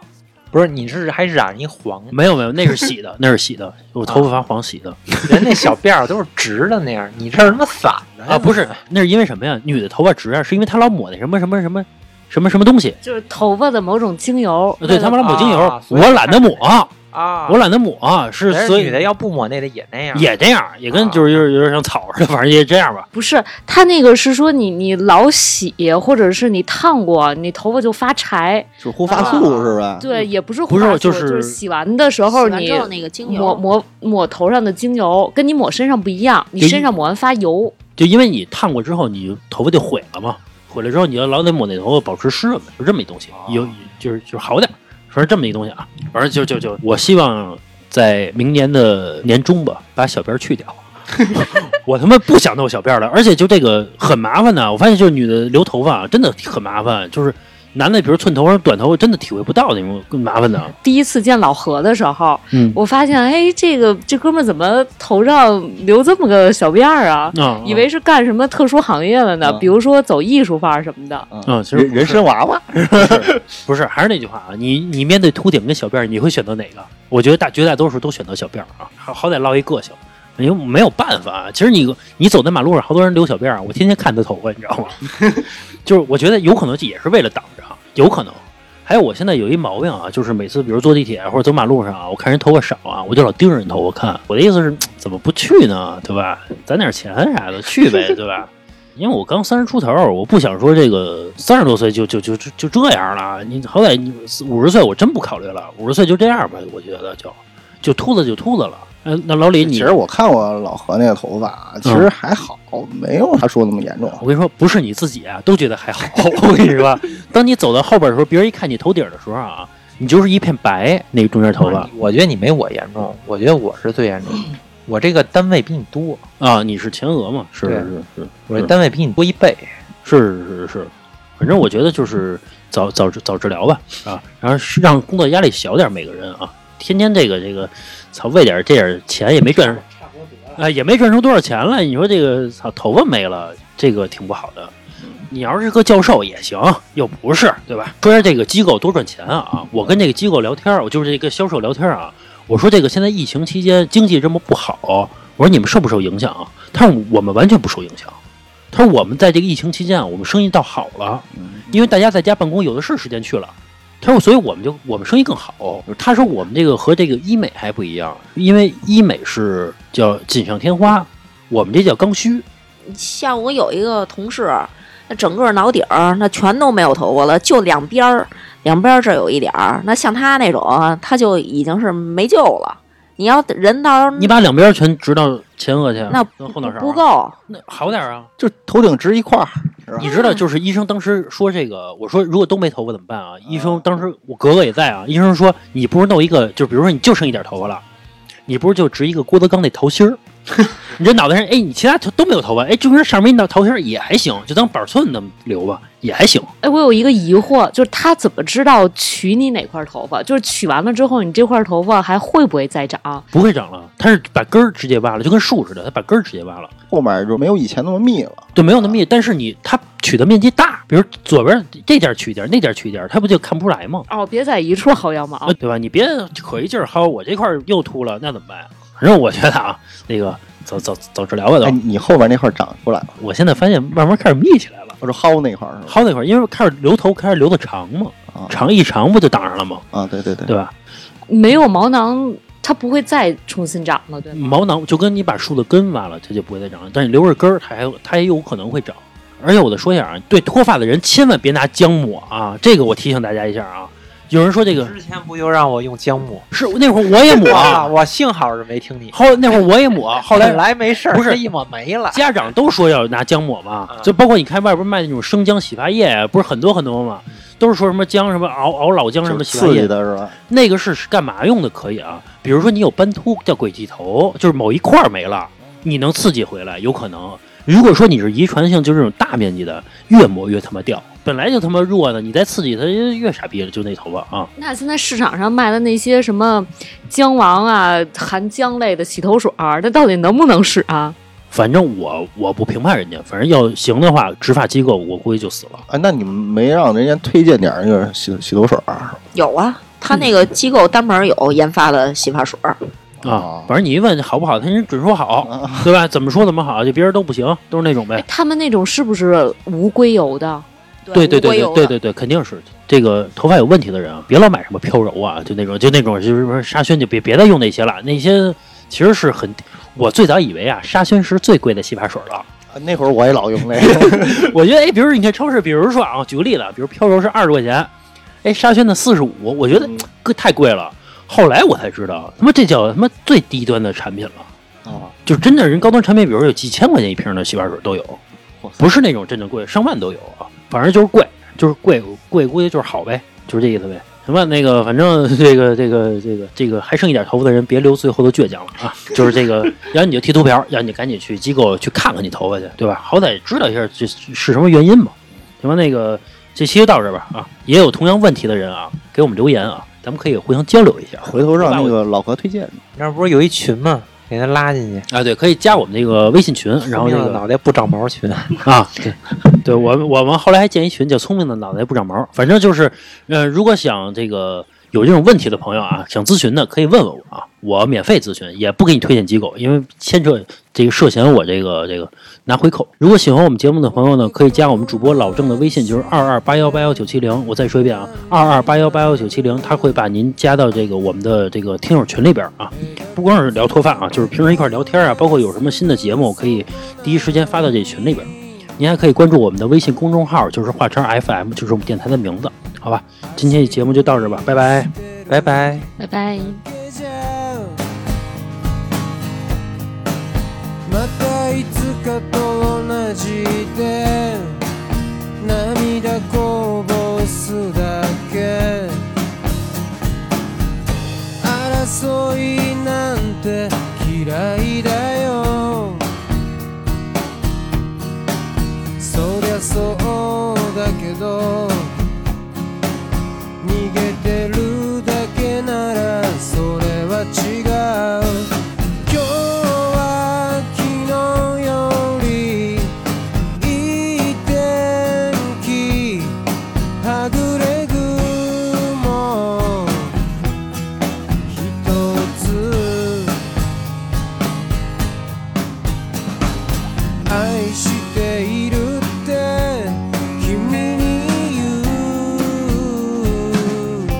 C: 不是，你是还染一黄，
A: 没有没有，那是洗的，那是洗的，我头发发黄洗的
C: 人那小辫儿都是直的那样，你这是他妈散的
A: 啊，不是，那是因为什么呀？女的头发直啊，是因为她老抹那什么什么什么什么什么东西，
D: 就是头发的某种精油。
A: 呃对
D: 为了
A: 他们老抹精油，
C: 啊所以
A: 我懒得抹，
C: 啊！
A: 我懒得抹，是
C: 人
A: 所以
C: 女的要不抹那个也那样，啊
A: 也这样，也跟就是有点有点像草似的， 反正也这样吧。
D: 不是，他那个是说你你老洗，或者是你烫过，你头发就发柴。
B: 就是护发
F: 啊
B: 素是吧？
D: 对，也不是
A: 不是
D: 护发
A: 就
D: 素就是洗完的时候
F: 洗完
D: 你
F: 之后那个精
D: 抹
F: 油，
D: 抹抹头上的精油，跟你抹身上不一样，你
A: 就一
D: 身上抹完发油。
A: 就因为你烫过之后，你头发就毁了嘛，毁了之后你要老得抹那头发保持湿润嘛，就这么一东西，有就是就是好点儿，反正这么一东西啊，反正就就就我希望在明年的年中吧，把小辫儿去掉。我他妈不想弄小辫儿了，而且就这个很麻烦的、我发现就是女的留头发啊真的很麻烦，就是男的比如寸头或者短头发真的体会不到那种更麻烦的。
D: 第一次见老何的时候，
A: 嗯
D: 我发现，哎，这个这哥们儿怎么头上留这么个小辫儿啊？
A: 啊，
D: 以为是干什么特殊行业了呢，
B: 嗯
D: 比如说走艺术范儿什么的。
A: 嗯，其实
B: 啊人人参娃娃，
A: 不是，还是那句话啊，你你面对秃顶跟小辫儿，你会选择哪个？我觉得大绝大多数都选择小辫儿啊，好好歹落一个性，因为没有办法啊。其实你你走在马路上，好多人留小辫儿啊，我天天看他头发，你知道吗？ 就是我觉得有可能也是为了挡着啊，有可能。还有我现在有一毛病啊，就是每次比如坐地铁或者走马路上啊，我看人头发少啊，我就老盯着人头发看。我的意思是，怎么不去呢？对吧？攒点钱啊啥的去呗，对吧？ 因为我刚三十出头儿，我不想说这个三十多岁就就就就就这样了。你好歹你五十岁，我真不考虑了，五十岁就这样吧，我觉得就就秃子就秃子了。嗯，那老李你，嗯
B: 其实我看我老何那个头发啊，其实还好，没有他说那么严重。啊
A: 我跟你说，不是你自己啊，都觉得还好。 我跟你说，当你走到后边的时候，别人一看你头顶的时候啊，你就是一片白，那个中间头发
C: 我觉得你没我严重，我觉得我是最严重的。我这个单位比你多，
A: 啊，你是前额嘛？是
C: 对
A: 是是
C: 我这单位比你多一倍。
A: 是是是是，反正我觉得就是早早治早治疗吧啊，然后是让工作压力小点，每个人啊，天天这个这个，操，为点这点钱也没赚，啊、也没赚出多少钱来。你说这个操头发没了，这个挺不好的。你要是个教授也行，又不是对吧？说下这个机构多赚钱啊！我跟这个机构聊天儿，我就是这个销售聊天儿啊。我说这个现在疫情期间经济这么不好，我说你们受不受影响啊？他说我们完全不受影响。他说我们在这个疫情期间啊，我们生意倒好了，因为大家在家办公有的是时间去了。他说，所以我们就我们生意更好。他说我们这个和这个医美还不一样，因为医美是叫锦上添花，我们这叫刚
F: 嗯
A: 需。
F: 像我有一个同事，那整个脑顶儿那全都没有头发了，就两边儿，两边儿这儿有一点儿。那像他那种啊，他就已经是没救了。你要人到时候
A: 你把两边全植到前额去，
F: 那
A: 跟后脑勺
F: 不，够，
A: 那好点儿啊。
B: 就头顶直一块儿，是吧
A: 你知道，就是医生当时说这个，我说如果都没头发怎么办啊？医生当时我格格也在啊，医生说你不如弄一个，就比如说你就剩一点头发了，你不如就植一个郭德纲那头芯儿，你这脑袋上，哎，你其他头都没有头发，哎，就是上面那头芯儿也还行，就当板寸那么留吧，也还行。
D: 哎，我有一个疑惑，就是他怎么知道取你哪块头发？就是取完了之后，你这块头发还会不会再长？
A: 不会长了，它是把根儿直接挖了，就跟树似的，它把根儿直接挖了，
B: 后面就没有以前那么密了。
A: 对，没有那么密，但是你它取的面积大，比如左边这点儿取一点儿，那点儿取一点儿，它不就看不出来吗？
D: 哦，别在一处薅羊毛。
A: 啊，对吧？你别可一劲儿薅，我这块儿又秃了，那怎么办呀、反正我觉得啊，那个早早早治疗吧
B: 哎，
A: 都。
B: 你后面那块儿长出来了，
A: 我现在发现慢慢开始密起来了，
B: 我说薅那块儿是吧？
A: 薅那块儿，因为开始留头，开始留的长嘛，
B: 啊
A: 长一长不就挡上了吗？
B: 啊，对对对，
A: 对吧？
D: 没有毛囊，它不会再重新长了，对吗？
A: 毛囊就跟你把树的根挖了，它就不会再长了。但是你留着根儿，它还有它也有可能会长。而且我再说一下啊，对脱发的人千万别拿姜抹啊，这个我提醒大家一下啊。有人说这个
C: 之前不就让我用姜母
A: 是那会儿我也抹，
C: 啊？我幸好是没听你，
A: 后那会儿我也抹，后来
C: 本来没事儿，
A: 不是
C: 这一抹没了。
A: 家长都说要拿姜抹嘛
B: 嗯
C: 啊，
A: 就包括你看外边卖那种生姜洗发液呀，不是很多很多嘛，都是说什么姜什么熬熬老姜什
B: 就
A: 么
B: 是
A: 洗发
B: 刺激
A: 液，
B: 嗯的是吧？
A: 那个是是干嘛用的？可以啊，比如说你有斑秃叫鬼剃头，就是某一块儿没了，你能刺激回来，有可能。如果说你是遗传性，就是这种大面积的，越抹越他妈掉，本来就他妈弱的，你再刺激它越傻逼了，就那头发啊。
D: 那现在市场上卖的那些什么姜王啊、含姜类的洗头水儿，那到底能不能使啊？
A: 反正我我不评判人家，反正要行的话，执法机构我估计就死了。
B: 哎，那你们没让人家推荐点儿那个洗洗头水儿
F: 有啊，他那个机构单门有研发的洗发水儿，
A: 啊
B: 哦，
A: 反正你一问好不好，他人准说好，对吧？怎么说怎么好，就别人都不行，都是那种呗
D: 哎。他们那种是不是无硅油的？
A: 对对对
F: 无硅
A: 对
F: 油
A: 对
F: 的
A: 对对，肯定是这个头发有问题的人啊，别老买什么飘柔啊，就那种就那种就是说沙宣就别别再用那些了，那些其实是很，我最早以为啊沙宣是最贵的洗发水了，
B: 啊？那会儿我也老用那个，
A: 我觉得哎，比如你看超市，比如说啊，举个例子啊，比如飘柔是二十块钱，哎沙宣的四十五，我觉得
B: 嗯
A: 贵太贵了。后来我才知道，他妈这叫他妈最低端的产品了。
B: 啊，
A: 就真的人高端产品，比如有几千块钱一瓶的洗发水都有
B: 哇塞，
A: 不是那种真的贵，上万都有啊。反正就是贵，就是贵，贵估计就是好呗，就是这意思呗。行吧，那个反正这个这个这个这个还剩一点头发的人，别留最后的倔强了 啊！就是这个，要你就剃秃瓢，要你赶紧去机构去看看你头发去，对吧？好歹知道一下这是什么原因嘛。行吧，那个这期就到这儿吧啊！也有同样问题的人啊，给我们留言啊，咱们可以互相交流一下。
B: 回头让那个老何推荐。
C: 那不是有一群吗？给他拉进去，
A: 啊，对，可以加我们那个微信群，然后那
C: 聪明
A: 个
C: 的啊脑袋不长毛群，
A: 啊，对，对我们我们后来还建一群叫“聪明的脑袋不长毛”，反正就是，呃，如果想这个有这种问题的朋友啊，想咨询的可以问问我啊，我免费咨询，也不给你推荐机构，因为牵扯这个涉嫌我这个这个拿回扣。如果喜欢我们节目的朋友呢，可以加我们主播老郑的微信，就是二二八幺八幺九七零。我再说一遍啊，二二八幺八幺九七零，他会把您加到这个我们的这个听友群里边啊。不光是聊脱发啊，就是平时一块儿聊天啊，包括有什么新的节目，可以第一时间发到这群里边。您还可以关注我们的微信公众号，就是华晨 FM，就是我们电台的名字，好吧？今天的节目就到这儿吧，拜拜。
C: 拜拜。
D: 拜拜。
G: またいつかと同じで涙こぼすだけ争いなんて嫌いだよそりゃそうだけど逃げてるだけならそれは違う今日は昨日よりいい天気はぐれ雲ひとつ愛しているって君に言う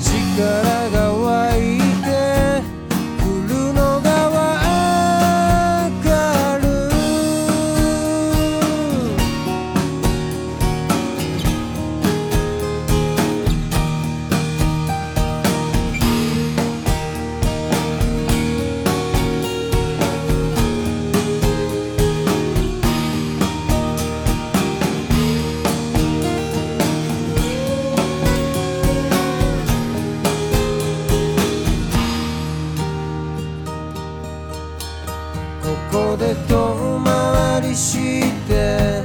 G: 力が湧いてくるのがわかるここで遠回りして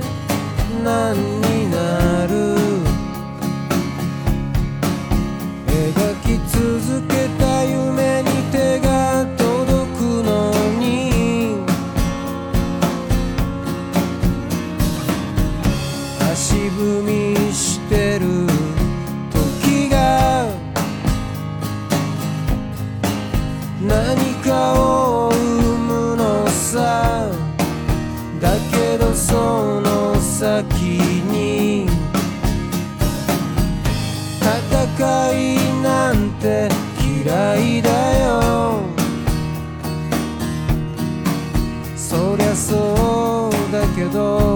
G: 何になる描き続けた夢に手が届くのに足踏みしてる時が何かを生むのさだけどその先に戦いなんて嫌いだよそりゃそうだけど